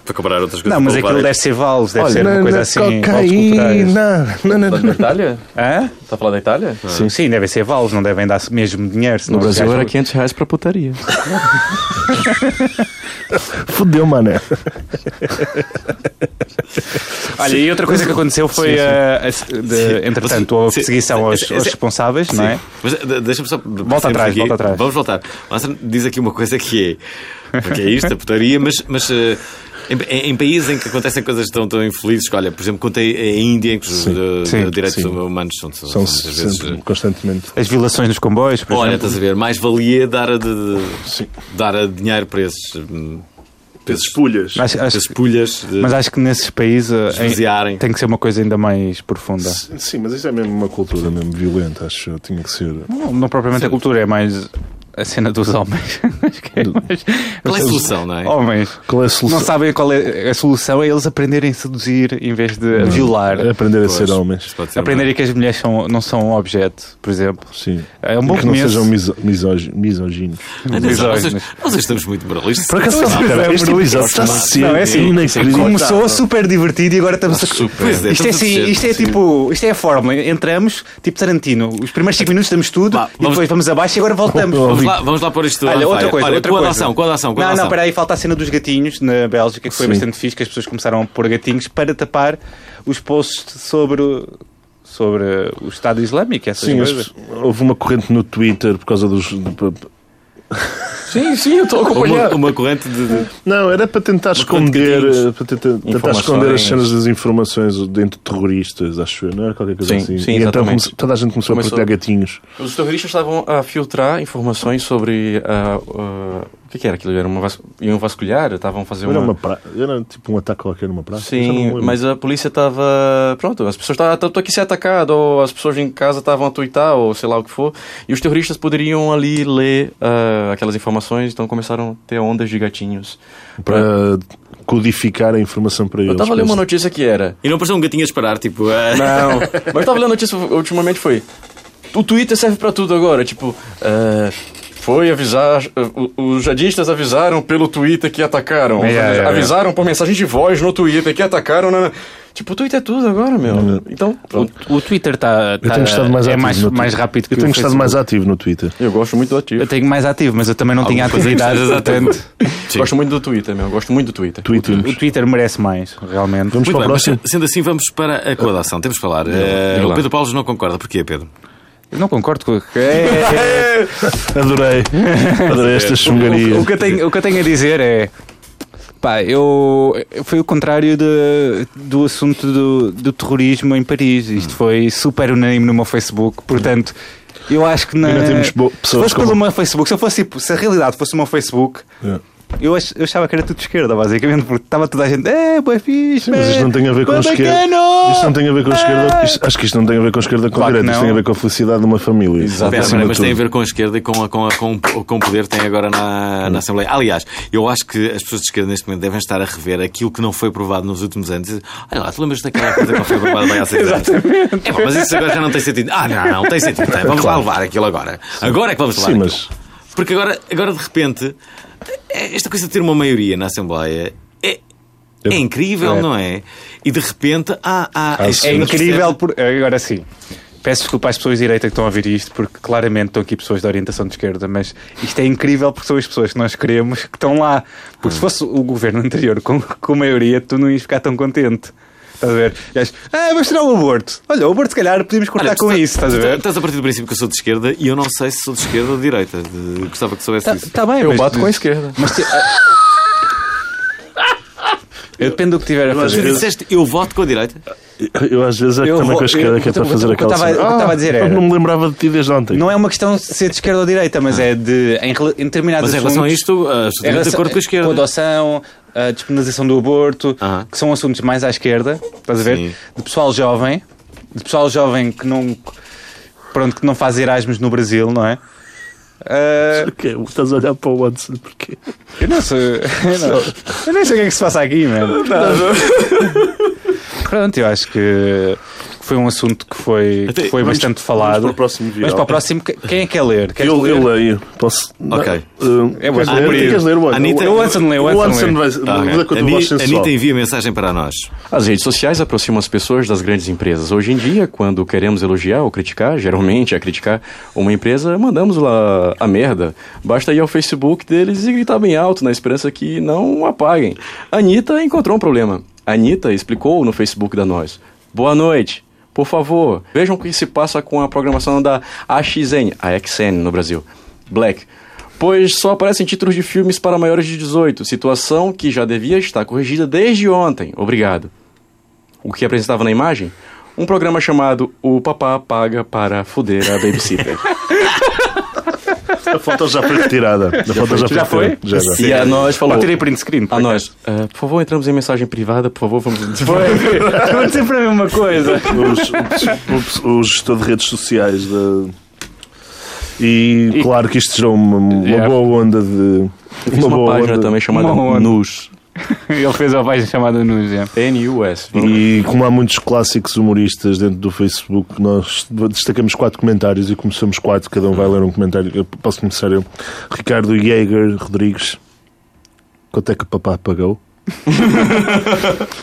[SPEAKER 1] para comprar outras coisas.
[SPEAKER 3] Não, mas
[SPEAKER 1] para
[SPEAKER 3] aquilo
[SPEAKER 1] levar.
[SPEAKER 3] deve ser vales, deve ser uma
[SPEAKER 2] na-
[SPEAKER 3] coisa
[SPEAKER 2] na
[SPEAKER 3] assim. vales culturais.
[SPEAKER 2] cocaína. Não, não,
[SPEAKER 4] Tá Da Itália?
[SPEAKER 3] Hã?
[SPEAKER 4] Está a falar da Itália?
[SPEAKER 3] Sim. devem ser vales, não devem dar mesmo dinheiro. senão
[SPEAKER 4] No Brasil
[SPEAKER 3] os
[SPEAKER 4] era
[SPEAKER 3] gajos-
[SPEAKER 4] 500 reais pra putaria.
[SPEAKER 2] Fudeu, mané.
[SPEAKER 3] Olha, e outra coisa que aconteceu foi, eh, a- de- entretanto, houve
[SPEAKER 1] Sim.
[SPEAKER 3] perseguição aos,
[SPEAKER 1] Sim.
[SPEAKER 3] aos responsáveis, não é?
[SPEAKER 1] Mas eh, de- deixa-me só.
[SPEAKER 3] Volta atrás,
[SPEAKER 1] aqui.
[SPEAKER 3] volta atrás.
[SPEAKER 1] Vamos voltar. O Anselmo diz aqui uma coisa que é. Porque é isto, a putaria, mas. mas eh, em, em- em países em que acontecem coisas tão, tão infelizes, que, olha, por exemplo, quanto a, a Índia, em que os eh,
[SPEAKER 3] sim,
[SPEAKER 1] direitos
[SPEAKER 2] sim.
[SPEAKER 1] humanos são, são,
[SPEAKER 2] São
[SPEAKER 1] muitas vezes.
[SPEAKER 2] sempre,
[SPEAKER 1] eh,
[SPEAKER 2] constantemente.
[SPEAKER 3] As violações nos comboios, por
[SPEAKER 1] Olha,
[SPEAKER 3] exemplo.
[SPEAKER 1] estás a ver, mais valia dar a, de- de-
[SPEAKER 2] Sim.
[SPEAKER 1] dar a dinheiro para esses. hum, para esses
[SPEAKER 2] Espulhas.
[SPEAKER 3] Acho-
[SPEAKER 1] para
[SPEAKER 3] acho-
[SPEAKER 1] essas pulhas. de-
[SPEAKER 3] mas acho que nesses países eh,
[SPEAKER 1] Esvaziarem.
[SPEAKER 3] tem que ser uma coisa ainda mais profunda.
[SPEAKER 2] Sim, mas isso é mesmo uma cultura mesmo violenta, acho eu. Tinha que ser.
[SPEAKER 3] Não, não propriamente a cultura, é mais a cena dos homens. Acho que é mais-
[SPEAKER 1] Qual é a solução, não é?
[SPEAKER 3] Homens.
[SPEAKER 2] Qual é a
[SPEAKER 3] Não
[SPEAKER 2] solução?
[SPEAKER 3] sabem qual é a solução, é eles aprenderem a seduzir em vez de
[SPEAKER 1] Hum.
[SPEAKER 3] a
[SPEAKER 1] É
[SPEAKER 3] violar.
[SPEAKER 2] Aprender a
[SPEAKER 1] Pois,
[SPEAKER 2] ser
[SPEAKER 1] isso
[SPEAKER 2] homens.
[SPEAKER 1] pode ser
[SPEAKER 3] Aprenderem que as mulheres são- não são um objeto, por exemplo.
[SPEAKER 2] Sim.
[SPEAKER 3] É um bom
[SPEAKER 2] E que não
[SPEAKER 3] começo.
[SPEAKER 2] sejam miso- misógi- misóginos.
[SPEAKER 1] uma- Atenção,
[SPEAKER 3] Misóginos.
[SPEAKER 1] Nós, nós estamos muito moralistas. Então,
[SPEAKER 2] Por acaso, espera, este episódio está a ser
[SPEAKER 3] Não, é assim,
[SPEAKER 2] inacreditável.
[SPEAKER 3] Começou super divertido e agora estamos
[SPEAKER 2] Ah,
[SPEAKER 3] a...
[SPEAKER 1] Pois é,
[SPEAKER 3] Isto é
[SPEAKER 1] estamos a
[SPEAKER 3] assim,
[SPEAKER 1] ser-
[SPEAKER 3] isto é tipo, isto é a fórmula. Entramos, tipo Tarantino, os primeiros 5 minutos damos tudo,
[SPEAKER 1] Vá,
[SPEAKER 3] e
[SPEAKER 1] vamos-
[SPEAKER 3] depois vamos abaixo e agora voltamos.
[SPEAKER 1] Vamos lá, vamos lá pôr isto
[SPEAKER 3] Olha,
[SPEAKER 1] on
[SPEAKER 3] outra
[SPEAKER 1] fire.
[SPEAKER 3] coisa,
[SPEAKER 1] Olha,
[SPEAKER 3] outra
[SPEAKER 1] com a
[SPEAKER 3] coisa.
[SPEAKER 1] adoção, com a adoção, com a
[SPEAKER 3] não,
[SPEAKER 1] adoção.
[SPEAKER 3] não, peraí, falta a cena dos gatinhos na Bélgica, que foi
[SPEAKER 2] Sim.
[SPEAKER 3] bastante fixe, que as pessoas começaram a pôr gatinhos para tapar os posts sobre, o- sobre o Estado Islâmico, essas
[SPEAKER 2] Sim,
[SPEAKER 3] coisas.
[SPEAKER 2] as- houve uma corrente no Twitter por causa dos.
[SPEAKER 4] Sim, sim, eu tô
[SPEAKER 1] Uma,
[SPEAKER 4] acompanhando.
[SPEAKER 1] uma corrente de. de-
[SPEAKER 2] Não, era para tentar
[SPEAKER 1] corrente de
[SPEAKER 2] esconder,
[SPEAKER 1] gatinhos.
[SPEAKER 2] eh, para tentar, tentar
[SPEAKER 3] Informações.
[SPEAKER 2] esconder as cenas das informações dentro de terroristas, acho eu, não era qualquer coisa
[SPEAKER 4] Sim,
[SPEAKER 2] assim.
[SPEAKER 4] sim,
[SPEAKER 2] e então
[SPEAKER 4] exatamente.
[SPEAKER 2] come- toda a gente começou,
[SPEAKER 4] Começou.
[SPEAKER 2] a partilhar gatinhos.
[SPEAKER 4] Os terroristas estavam a filtrar informações sobre. ah, ah, o que, que era aquilo? Era uma vas... Iam vasculhar? Estavam a fazer
[SPEAKER 2] Era,
[SPEAKER 4] uma.
[SPEAKER 2] uma pra... era tipo um ataque qualquer numa praça. um já não me
[SPEAKER 4] Sim,
[SPEAKER 2] lembro.
[SPEAKER 4] mas a polícia estava. Pronto, as pessoas estavam. Estou aqui ser atacado, ou as pessoas em casa estavam a tuitar, ou sei lá o que for. E os terroristas poderiam ali ler ah, aquelas informações, então começaram a ter ondas de gatinhos.
[SPEAKER 2] Para codificar a informação para
[SPEAKER 4] Eu
[SPEAKER 2] eles.
[SPEAKER 4] tava lendo uma
[SPEAKER 2] parece.
[SPEAKER 4] notícia que era.
[SPEAKER 1] E não pareceu um gatinho a disparar, tipo. ah,
[SPEAKER 4] Não. Mas eu tava lendo a notícia ultimamente foi. O Twitter serve pra tudo agora, tipo. é, foi avisar. o- Os jihadistas avisaram pelo Twitter que atacaram.
[SPEAKER 3] É, é, é.
[SPEAKER 4] avisaram por mensagem de voz no Twitter que atacaram. né, né. Tipo, o Twitter é tudo agora,
[SPEAKER 3] Uhum.
[SPEAKER 4] meu. Então, pronto.
[SPEAKER 3] O, o Twitter
[SPEAKER 1] tá,
[SPEAKER 3] está
[SPEAKER 2] Eu tenho estado mais
[SPEAKER 3] é
[SPEAKER 2] ativo.
[SPEAKER 3] mais,
[SPEAKER 2] no Twitter.
[SPEAKER 3] mais rápido que
[SPEAKER 2] Eu tenho
[SPEAKER 3] o
[SPEAKER 2] estado
[SPEAKER 3] Facebook.
[SPEAKER 2] mais ativo no Twitter.
[SPEAKER 4] Eu gosto muito do ativo.
[SPEAKER 3] Eu tenho mais ativo, mas eu também não tinha
[SPEAKER 1] Alguma coisa
[SPEAKER 3] atividade,
[SPEAKER 1] que estás atento.
[SPEAKER 3] portanto,
[SPEAKER 1] Sim.
[SPEAKER 4] Gosto muito do Twitter, meu. Gosto muito do Twitter.
[SPEAKER 2] Twitter.
[SPEAKER 3] o Twitter merece mais, realmente.
[SPEAKER 2] Vamos
[SPEAKER 1] Muito
[SPEAKER 2] para o
[SPEAKER 1] bem, mas
[SPEAKER 2] próximo.
[SPEAKER 1] sendo assim, vamos para a coadação. Temos que falar. Eh,
[SPEAKER 4] diga lá.
[SPEAKER 1] o Pedro Paulo não concorda. Porquê, Pedro?
[SPEAKER 3] Eu não concordo com... É,
[SPEAKER 2] Adorei. Adorei estas
[SPEAKER 3] o,
[SPEAKER 2] chungarias.
[SPEAKER 3] que é? eu tenho, o que eu tenho a dizer é... Pá, eu... Foi o contrário de- do assunto do, do terrorismo em Paris. Isto foi super unânime no meu Facebook, portanto... Eu acho que na...
[SPEAKER 2] Ainda temos bo-
[SPEAKER 3] se
[SPEAKER 2] pessoas
[SPEAKER 3] fosse pelo
[SPEAKER 2] como-
[SPEAKER 3] meu Facebook, se, eu fosse, tipo, se a realidade fosse o meu Facebook,
[SPEAKER 2] É.
[SPEAKER 3] eu, ach- eu achava que era tudo de esquerda, basicamente, porque estava toda a gente, é, boa fixe, é
[SPEAKER 2] Mas isto não tem a ver com a
[SPEAKER 3] bué
[SPEAKER 2] esquerda.
[SPEAKER 3] bacano!
[SPEAKER 2] Isto não tem a ver com a esquerda.
[SPEAKER 3] Ah!
[SPEAKER 2] isto- acho que isto não tem a ver com a esquerda com a
[SPEAKER 3] Claro que
[SPEAKER 2] direita. Isto
[SPEAKER 3] não.
[SPEAKER 2] tem a ver com a felicidade de uma família.
[SPEAKER 1] Espera,
[SPEAKER 2] Acima
[SPEAKER 1] espera,
[SPEAKER 2] de
[SPEAKER 1] mas
[SPEAKER 2] tudo.
[SPEAKER 1] tem a ver com a esquerda e com, a- com, a- com, o- com o poder que tem agora na,
[SPEAKER 2] Hum.
[SPEAKER 1] na Assembleia. Aliás, eu acho que as pessoas de esquerda neste momento devem estar a rever aquilo que não foi aprovado nos últimos anos. Olha lá, tu lembras daquela coisa que não foi aprovada bem há seis anos? Exatamente. mas isso agora já não tem sentido. Ah, não, não tem sentido. Tem, Vamos lá levar aquilo agora. Agora é que vamos levar
[SPEAKER 2] Sim,
[SPEAKER 1] aquilo.
[SPEAKER 2] mas-
[SPEAKER 1] Porque agora, agora, de repente, é- esta coisa de ter uma maioria na Assembleia é... É incrível, não é? E de repente há. há um
[SPEAKER 2] Ah,
[SPEAKER 1] as
[SPEAKER 2] sim.
[SPEAKER 3] É
[SPEAKER 1] pessoas
[SPEAKER 3] incrível, por... agora sim. Peço desculpa às pessoas de direita que estão a ouvir isto, porque claramente estão aqui pessoas da orientação de esquerda, mas isto é incrível porque são as pessoas que nós queremos que estão lá.
[SPEAKER 1] Hum.
[SPEAKER 3] Porque se fosse o governo anterior com, com maioria, tu não ias ficar tão contente. Estás a ver? E achas, ah, vamos tirar o aborto. Olha, o aborto, se calhar, podíamos cortar
[SPEAKER 1] Olha, tu
[SPEAKER 3] com
[SPEAKER 1] tá-
[SPEAKER 3] isso, estás a
[SPEAKER 1] tu
[SPEAKER 3] ver?
[SPEAKER 1] Estás a partir do princípio que eu sou de esquerda e eu não sei se sou de esquerda ou de direita. De- Gostava que soubesse isso.
[SPEAKER 3] Está bem,
[SPEAKER 6] Eu
[SPEAKER 3] mas-
[SPEAKER 6] bato com a esquerda.
[SPEAKER 3] Mas te-
[SPEAKER 1] ah.
[SPEAKER 3] Eu dependo do que tiver a
[SPEAKER 2] Eu às
[SPEAKER 1] Tu
[SPEAKER 3] fazer.
[SPEAKER 2] vezes-
[SPEAKER 1] disseste eu voto com a direita.
[SPEAKER 2] Eu às vezes é
[SPEAKER 3] Eu
[SPEAKER 2] também
[SPEAKER 3] vou-
[SPEAKER 2] com a esquerda
[SPEAKER 3] eu-
[SPEAKER 2] que é
[SPEAKER 3] eu-
[SPEAKER 2] para fazer
[SPEAKER 3] eu- eu
[SPEAKER 2] aquela
[SPEAKER 3] tava-
[SPEAKER 2] cena.
[SPEAKER 3] eu
[SPEAKER 2] Ah,
[SPEAKER 3] tava a dizer
[SPEAKER 2] eu
[SPEAKER 3] era-
[SPEAKER 2] não me lembrava de ti desde ontem.
[SPEAKER 3] Não é uma questão de ser de esquerda ou direita, mas é de em, rela- em determinados
[SPEAKER 1] Ah. Mas em relação a
[SPEAKER 3] assuntos-
[SPEAKER 1] isto, ah, estou totalmente de acordo com a
[SPEAKER 3] é Com a
[SPEAKER 1] esquerda.
[SPEAKER 3] adoção, a despenalização do aborto,
[SPEAKER 1] Aham.
[SPEAKER 3] que são assuntos mais à esquerda, estás a ver?
[SPEAKER 1] Sim.
[SPEAKER 3] De pessoal jovem, de pessoal jovem que não, pronto, que não faz Erasmus no Brasil, não é? Ah,
[SPEAKER 2] Porquê? Estás a olhar para o Watson, porquê?
[SPEAKER 3] eu não sei. Eu, não, eu nem sei o que é que se passa aqui, mano. Pronto, eu acho que foi um assunto que foi, que
[SPEAKER 1] Até-
[SPEAKER 3] foi
[SPEAKER 2] vamos-
[SPEAKER 3] bastante
[SPEAKER 2] vamos
[SPEAKER 3] falado.
[SPEAKER 2] para o próximo viral.
[SPEAKER 3] Mas para o próximo, que- quem é que quer ler? Queres
[SPEAKER 2] Eu,
[SPEAKER 3] ler?
[SPEAKER 2] eu leio. Posso.
[SPEAKER 1] Ok.
[SPEAKER 2] Não, eh,
[SPEAKER 3] É bom,
[SPEAKER 2] queres
[SPEAKER 3] ah,
[SPEAKER 2] ler?
[SPEAKER 3] por aí.
[SPEAKER 2] Queres ler o Watson?
[SPEAKER 1] Anitta-
[SPEAKER 3] O Anson lê, o
[SPEAKER 2] O
[SPEAKER 3] Anson
[SPEAKER 2] Watson
[SPEAKER 3] lê.
[SPEAKER 2] vai.
[SPEAKER 1] Ah, ok.
[SPEAKER 2] Muda com a tua
[SPEAKER 1] Ani-
[SPEAKER 2] voz sensual.
[SPEAKER 1] Anitta envia mensagem para nós.
[SPEAKER 4] As redes sociais aproximam as pessoas das grandes empresas. Hoje em dia, quando queremos elogiar ou criticar, geralmente é criticar uma empresa, mandamos lá a merda. Basta ir ao Facebook deles e gritar bem alto, na esperança que não apaguem. Anitta encontrou um problema. Anitta explicou no Facebook da Nós. Boa noite. Por favor, vejam o que se passa com a programação da AXN, a XN no Brasil. Black pois só aparecem títulos de filmes para maiores de 18, situação que já devia estar corrigida desde ontem. Obrigado. O que apresentava na imagem? Um programa chamado O Papá Paga para Fuder a Babysitter.
[SPEAKER 2] A foto já foi retirada. A foto já foi
[SPEAKER 3] Já foi?
[SPEAKER 2] retirada. Já, já.
[SPEAKER 4] e a É, nós
[SPEAKER 3] Ou
[SPEAKER 4] falou.
[SPEAKER 3] tirei print screen. por
[SPEAKER 4] A nós, "Ah, por favor, entramos em mensagem privada, por favor, vamos.
[SPEAKER 3] Foi. Eu vou dizer para mim uma coisa.
[SPEAKER 2] os, os- o, o gestor de redes sociais da. E, claro que isto gerou uma, uma
[SPEAKER 3] Yeah.
[SPEAKER 2] boa onda de.
[SPEAKER 4] Fiz uma página também chamada
[SPEAKER 3] Uma onda.
[SPEAKER 4] Nus.
[SPEAKER 3] Ele fez uma página chamada Nus, é.
[SPEAKER 4] N-U-S.
[SPEAKER 3] Hum.
[SPEAKER 2] E como há muitos clássicos humoristas dentro do Facebook, nós destacamos quatro comentários e começamos quatro, cada um vai
[SPEAKER 3] Uhum.
[SPEAKER 2] ler um comentário. Eu posso começar eu. Ricardo Jäger Rodrigues. Quanto é que o papá pagou?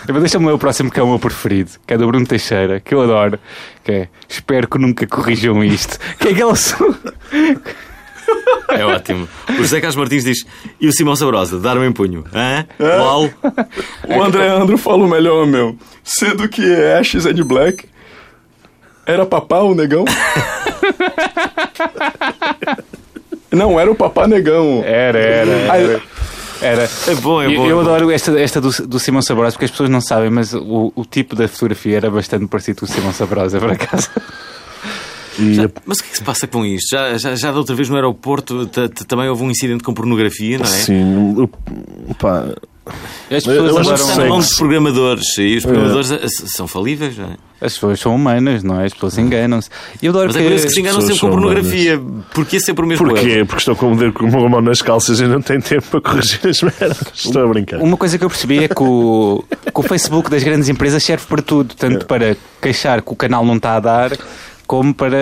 [SPEAKER 3] Eu vou deixar o meu próximo, que é o meu preferido, que é do Bruno Teixeira, que eu adoro, que é Espero que nunca corrijam isto. Que é aquele som.
[SPEAKER 1] É ótimo. O José Carlos Martins diz: E o Simão Sabrosa, dar um empunho. Hã? Lol.
[SPEAKER 4] O André Andro falou melhor, meu. Sendo que Ashes é de Black. Era papá o negão? Não, era o papá negão.
[SPEAKER 3] Era, era, era. Era.
[SPEAKER 1] É bom, é
[SPEAKER 3] Eu,
[SPEAKER 1] bom.
[SPEAKER 3] eu
[SPEAKER 1] é bom.
[SPEAKER 3] adoro esta, esta do, do Simão Sabrosa, porque as pessoas não sabem, mas o, o tipo da fotografia era bastante parecido com o Simão Sabrosa, por acaso.
[SPEAKER 2] E a-
[SPEAKER 1] Mas o que é que se passa com isto? Já, já, já da outra vez no aeroporto t- t- também houve um incidente com pornografia, não é?
[SPEAKER 2] sim, o- pá,
[SPEAKER 3] As
[SPEAKER 2] Eu- eu acho
[SPEAKER 3] pessoas,
[SPEAKER 2] que
[SPEAKER 1] Está
[SPEAKER 2] É.
[SPEAKER 3] adoram,
[SPEAKER 1] na
[SPEAKER 2] sei.
[SPEAKER 1] mão dos programadores e os programadores eh, s- são falíveis, não é?
[SPEAKER 3] as pessoas são humanas, não é? As pessoas enganam-se. E eu adoro
[SPEAKER 1] Mas é
[SPEAKER 3] que...
[SPEAKER 1] curioso que se enganam
[SPEAKER 2] pessoas
[SPEAKER 1] sempre com
[SPEAKER 2] são
[SPEAKER 1] pornografia. Porquê sempre o mesmo erro?
[SPEAKER 2] Porquê? Porque estou com o dedo com uma mão nas calças e não tenho tempo para corrigir as merdas. Estou a brincar.
[SPEAKER 3] Uma coisa que eu percebi é que o, que o Facebook das grandes empresas serve para tudo, tanto para queixar que o canal não está a dar, como para,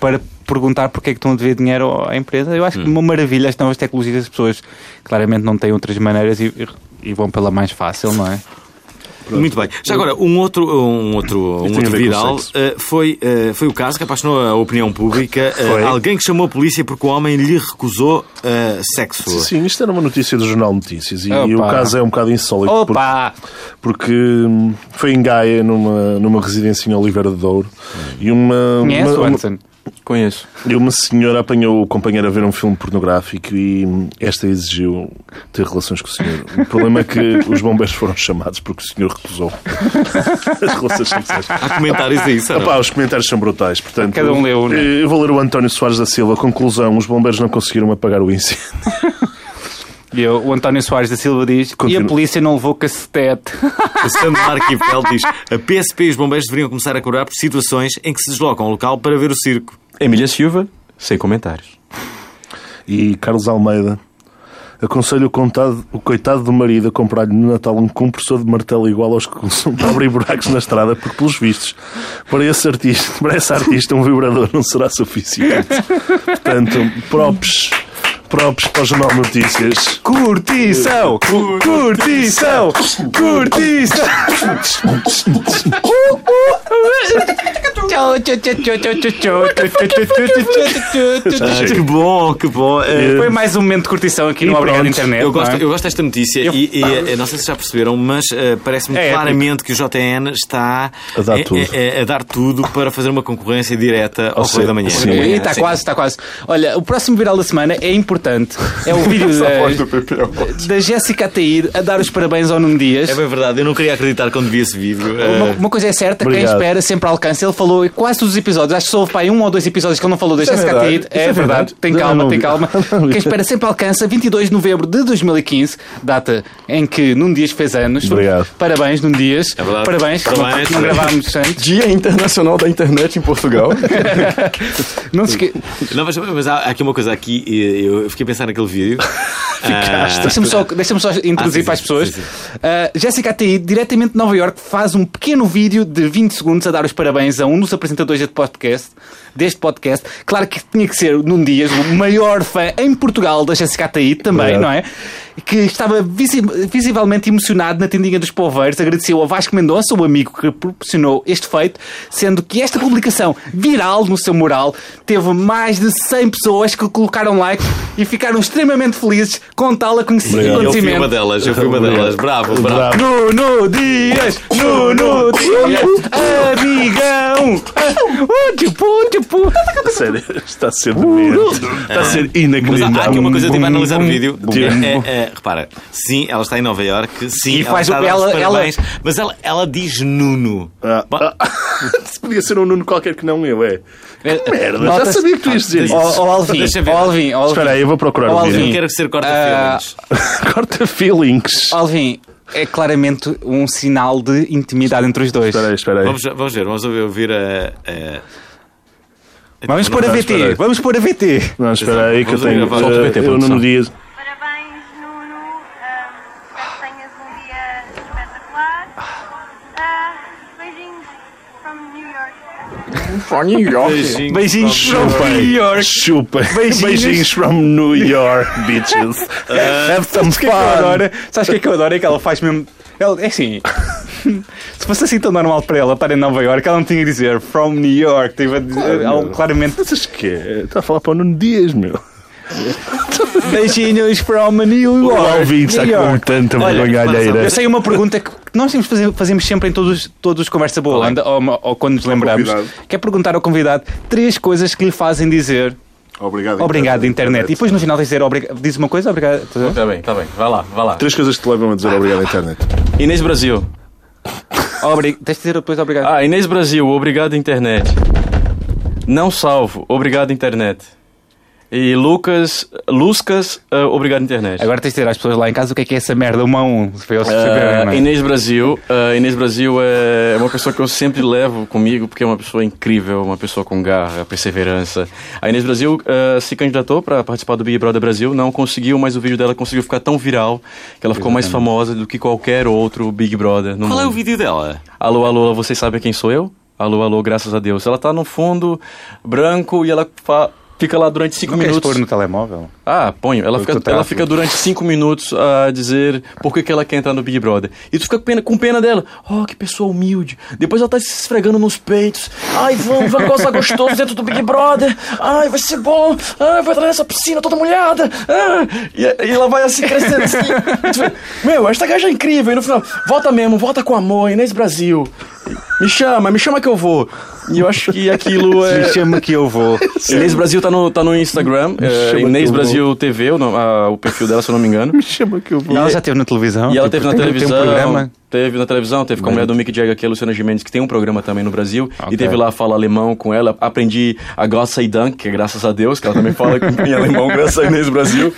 [SPEAKER 3] para perguntar porque é que estão a dever dinheiro à empresa. Eu acho que uma maravilha as novas tecnologias, as pessoas claramente não têm outras maneiras e, e vão pela mais fácil, não é?
[SPEAKER 1] Muito bem. Já agora, um outro, um outro, um
[SPEAKER 2] Hum. tem a
[SPEAKER 1] outro
[SPEAKER 2] ver com
[SPEAKER 1] viral
[SPEAKER 2] o sexo.
[SPEAKER 1] eh, foi, eh, foi o caso que apaixonou a opinião pública. Eh, alguém que chamou a polícia porque o homem lhe recusou eh, sexo.
[SPEAKER 2] Sim, isto era uma notícia do Jornal Notícias e, e o
[SPEAKER 3] Opa.
[SPEAKER 2] caso é um bocado insólito. porque-
[SPEAKER 3] Opa!
[SPEAKER 2] porque hum, foi em Gaia, numa, numa residência em Oliveira de Douro, e uma...
[SPEAKER 3] Conhece
[SPEAKER 2] uma-
[SPEAKER 3] o
[SPEAKER 2] uma-
[SPEAKER 3] Anson?
[SPEAKER 4] Conheço.
[SPEAKER 2] E uma senhora apanhou o companheiro a ver um filme pornográfico e hum, esta exigiu ter relações com o senhor. O problema é que os bombeiros foram chamados porque o senhor recusou as relações sexuais.
[SPEAKER 1] Há comentários a isso, é?
[SPEAKER 2] Epá, os comentários são brutais, portanto.
[SPEAKER 3] Cada um lê um, né?
[SPEAKER 2] eh, Eu vou ler o António Soares da Silva. Conclusão: os bombeiros não conseguiram apagar o incêndio.
[SPEAKER 3] E eu- o António Soares da Silva diz:
[SPEAKER 2] Continua.
[SPEAKER 3] E a polícia não levou cacetete.
[SPEAKER 1] O Sandro Arquivel diz a PSP e os bombeiros deveriam começar a curar por situações em que se deslocam ao local para ver o circo.
[SPEAKER 4] Emília Silva, sem comentários.
[SPEAKER 2] E Carlos Almeida. Aconselho o, contado- o coitado do marido a comprar-lhe no Natal um compressor de martelo igual aos que usam para abrir buracos na estrada, porque, pelos vistos, para, esse artista, para essa artista, um vibrador não será suficiente. Portanto, props, props para o Jornal de Notícias.
[SPEAKER 3] Curtição! Curtição! Curtição!
[SPEAKER 1] Ah, que bom, que bom. Eh,
[SPEAKER 3] Foi mais um momento de curtição aqui no
[SPEAKER 2] E
[SPEAKER 3] Obrigado
[SPEAKER 2] pronto.
[SPEAKER 3] Internet.
[SPEAKER 1] Eu gosto,
[SPEAKER 3] não é?
[SPEAKER 1] eu gosto desta notícia e, e, eh, não sei se já perceberam, mas eh, parece-me
[SPEAKER 3] É épico.
[SPEAKER 1] claramente que o JN está
[SPEAKER 2] A dar
[SPEAKER 1] eh,
[SPEAKER 2] tudo.
[SPEAKER 1] eh, a dar tudo para fazer uma concorrência direta ao
[SPEAKER 2] seja,
[SPEAKER 1] Correio da Manhã.
[SPEAKER 2] sim.
[SPEAKER 3] Ih, Está tá quase, está quase. Olha, o próximo viral da semana é importante. É o vídeo da, da Jéssica Ataíde a dar os parabéns ao Nuno Dias.
[SPEAKER 1] É bem verdade, eu não queria acreditar quando vi esse vídeo. Eh,
[SPEAKER 3] Uma, uma coisa é certa,
[SPEAKER 2] Obrigado.
[SPEAKER 3] quem espera sempre alcança. Ele falou em quase todos os episódios, acho que só houve pá, aí um ou dois episódios que ele não falou da Jessica
[SPEAKER 2] verdade.
[SPEAKER 3] Tate.
[SPEAKER 2] Isso é
[SPEAKER 3] É verdade,
[SPEAKER 2] verdade.
[SPEAKER 3] tem
[SPEAKER 2] Eu
[SPEAKER 3] calma,
[SPEAKER 2] não
[SPEAKER 3] tem
[SPEAKER 2] vi.
[SPEAKER 3] calma.
[SPEAKER 2] Não é vi.
[SPEAKER 3] Quem espera sempre alcança, 22 de novembro de 2015, data em que Nuno Dias fez anos.
[SPEAKER 2] Obrigado.
[SPEAKER 3] Parabéns, Nuno Dias.
[SPEAKER 1] É verdade.
[SPEAKER 3] Parabéns, que
[SPEAKER 1] Parabéns.
[SPEAKER 3] não, não gravámos antes.
[SPEAKER 4] Dia Internacional da Internet em Portugal.
[SPEAKER 3] Não se esque...
[SPEAKER 1] Não, mas, mas há há aqui uma coisa aqui, eh, eu fiquei a pensar naquele vídeo. Ficaste.
[SPEAKER 3] Deixa-me só, deixa só
[SPEAKER 1] é. Ah,
[SPEAKER 3] introduzir
[SPEAKER 1] sim,
[SPEAKER 3] para as
[SPEAKER 1] sim,
[SPEAKER 3] pessoas.
[SPEAKER 1] sim,
[SPEAKER 3] Ah, Jéssica Ataíde, diretamente de Nova York, faz um pequeno vídeo de 20 segundos a dar os parabéns a um dos apresentadores deste podcast. Deste podcast. Claro que tinha que ser, num dia, o maior fã em Portugal da Jéssica Ataíde também,
[SPEAKER 2] Verdade.
[SPEAKER 3] não é? Que estava visi- visivelmente emocionado na tendinha dos poveiros. Agradeceu a Vasco Mendonça, o amigo que proporcionou este feito, sendo que esta publicação viral no seu mural teve mais de 100 pessoas que colocaram like e ficaram extremamente felizes com tal acontecimento.
[SPEAKER 2] Obrigado.
[SPEAKER 1] Eh, Eu fui uma delas, eu fui uma delas. Bravo, bravo.
[SPEAKER 2] Bravo.
[SPEAKER 3] Nuno Dias, Nuno Dias, amigão. Uh, tipo, tipo.
[SPEAKER 2] Sério, é, está a ser demente. Está a ser
[SPEAKER 1] Mas há,
[SPEAKER 2] inacreditável.
[SPEAKER 1] há aqui uma coisa que eu tive a analisar no vídeo.
[SPEAKER 2] bum,
[SPEAKER 1] É, é,
[SPEAKER 2] bum.
[SPEAKER 1] é, repara, sim, ela está em Nova Iorque, sim,
[SPEAKER 3] E
[SPEAKER 1] ela
[SPEAKER 3] faz
[SPEAKER 1] está a
[SPEAKER 3] o-
[SPEAKER 1] dar os
[SPEAKER 3] ela- ela-
[SPEAKER 1] parabéns, mas ela, ela diz Nuno.
[SPEAKER 2] Ah,
[SPEAKER 1] Bom,
[SPEAKER 2] ah, se podia ser um Nuno qualquer que não eu, é. Que merda, já
[SPEAKER 3] nota-se-
[SPEAKER 2] sabia que tu ias dizer
[SPEAKER 3] Ó,
[SPEAKER 2] isso.
[SPEAKER 3] ó, Alvin,
[SPEAKER 1] Deixa ver.
[SPEAKER 3] ó, Alvin, ó, Alvin.
[SPEAKER 2] Espera aí, eu vou procurar
[SPEAKER 3] Ó,
[SPEAKER 2] o
[SPEAKER 1] Eu
[SPEAKER 3] Alvin.
[SPEAKER 1] não
[SPEAKER 2] vídeo.
[SPEAKER 1] quero ser corta
[SPEAKER 3] Ah,
[SPEAKER 1] feelings.
[SPEAKER 2] Corta feelings.
[SPEAKER 3] Alvin, é claramente um sinal de intimidade entre os dois.
[SPEAKER 2] Espera aí, espera aí.
[SPEAKER 1] Vamos, vamos ver, vamos ouvir, ouvir a. a- Então,
[SPEAKER 3] Vamos pôr a
[SPEAKER 2] espera aí.
[SPEAKER 3] VT, vamos pôr a VT.
[SPEAKER 2] Não, espera aí que eu
[SPEAKER 1] Vamos ouvir a
[SPEAKER 2] tenho.
[SPEAKER 1] voz do
[SPEAKER 2] eh,
[SPEAKER 4] PT,
[SPEAKER 2] Eu
[SPEAKER 4] produção.
[SPEAKER 2] no dia.
[SPEAKER 7] Parabéns, Nuno. Ah, espero que tenhas um dia espetacular. Ah, beijinhos from New York.
[SPEAKER 1] Beijinho.
[SPEAKER 3] Beijinhos from New York.
[SPEAKER 2] Chupa.
[SPEAKER 3] Beijinhos.
[SPEAKER 2] Beijinhos from New York, bitches. Have some
[SPEAKER 3] Sabes o que é que eu
[SPEAKER 2] fun.
[SPEAKER 3] adoro? Sabes o que é que eu adoro? É que ela faz mesmo. Ela, é assim. Se fosse assim tão normal para ela estar em Nova York, ela não tinha a dizer from New York. Teve a dizer, ela claramente.
[SPEAKER 2] Mas que é? Está a falar para o Nuno Dias, meu.
[SPEAKER 3] Beijinhos from New
[SPEAKER 2] O
[SPEAKER 3] York.
[SPEAKER 2] Alvin está
[SPEAKER 4] tá
[SPEAKER 3] New
[SPEAKER 2] com
[SPEAKER 3] York.
[SPEAKER 2] tanta
[SPEAKER 1] Olha,
[SPEAKER 2] vergonha
[SPEAKER 1] repara
[SPEAKER 4] um
[SPEAKER 1] só,
[SPEAKER 2] alheira.
[SPEAKER 3] Eu sei uma pergunta que nós temos fazer, fazemos sempre em todos, todos os Conversa Boa Holanda, ou, ou quando nos lembramos,
[SPEAKER 8] convidado.
[SPEAKER 3] que é perguntar ao convidado três coisas que lhe fazem dizer
[SPEAKER 8] Obrigado.
[SPEAKER 3] obrigado, internet. E depois no final dizer obrigado. Diz uma coisa, obrigado. estás a ver?
[SPEAKER 4] Tá bem, tá bem. Vai lá, vai lá.
[SPEAKER 8] Três coisas que te levam a dizer obrigado à internet.
[SPEAKER 4] Inês Brasil.
[SPEAKER 3] Obri- Tens de dizer depois obrigado.
[SPEAKER 4] Ah, Inês Brasil, obrigado internet. Não salvo, obrigado internet. E Lucas, Luscas, ah, obrigado internet.
[SPEAKER 3] Agora tens de dizer às pessoas lá em casa o que é que é essa merda, uma a um. Foi eles que perceberam, não
[SPEAKER 4] Ah,
[SPEAKER 3] é?
[SPEAKER 4] Inês Brasil, ah, Inês Brasil é uma pessoa que eu sempre levo comigo porque é uma pessoa incrível, uma pessoa com garra, perseverança. A Inês Brasil ah, se candidatou para participar do Big Brother Brasil, não conseguiu, mas o vídeo dela conseguiu ficar tão viral que ela ficou mais famosa do que qualquer outro Big Brother no
[SPEAKER 1] Qual é o
[SPEAKER 4] mundo.
[SPEAKER 1] vídeo dela?
[SPEAKER 4] Alô, alô, vocês sabem quem sou eu? Alô, alô, graças a Deus. Ela tá no fundo branco e ela fa- fica lá durante cinco
[SPEAKER 3] Não queres
[SPEAKER 4] minutos.
[SPEAKER 3] pôr no telemóvel?
[SPEAKER 4] Ah, ponho. Ela fica,
[SPEAKER 3] do
[SPEAKER 4] ela
[SPEAKER 3] tráfico.
[SPEAKER 4] fica durante cinco minutos a dizer por que, que ela quer entrar no Big Brother. E tu fica com pena, com pena dela. Oh, que pessoa humilde. Depois ela tá se esfregando nos peitos. Ai, vamos, vai gozar gostoso dentro do Big Brother. Ai, vai ser bom. Ai, vai entrar nessa piscina toda molhada. Ah. E, e ela vai assim crescendo assim. E tu fica, Meu, esta gaja é incrível. E no final, volta mesmo, volta com amor, Inês Brasil. Me chama, me chama que eu vou. E eu acho que aquilo é.
[SPEAKER 3] Me chama que eu vou.
[SPEAKER 4] Inês Brasil tá no, tá no Instagram. É,
[SPEAKER 3] chama que
[SPEAKER 4] Inês
[SPEAKER 3] eu
[SPEAKER 4] Brasil TV, o, nome- a- o perfil dela, se eu não me engano.
[SPEAKER 3] Me chama que eu vou. ela já teve na televisão.
[SPEAKER 4] E ela
[SPEAKER 3] tipo,
[SPEAKER 4] teve na
[SPEAKER 3] tem-
[SPEAKER 4] televisão.
[SPEAKER 3] Tem um programa.
[SPEAKER 4] Teve na televisão, teve com a mulher do Mick Jagger, que é a Luciana Gimenez, que tem um programa também no Brasil.
[SPEAKER 3] Ok.
[SPEAKER 4] E teve lá a fala alemão com ela. Aprendi a Gott sei Dank, que é graças a Deus, que ela também fala em alemão, graças a Inês Brasil.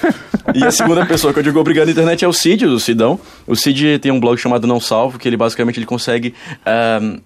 [SPEAKER 4] E a segunda pessoa que eu digo obrigado na internet é o Cid, o Sidão. O Cid tem um blog chamado Não Salvo, que ele basicamente ele consegue. ahm,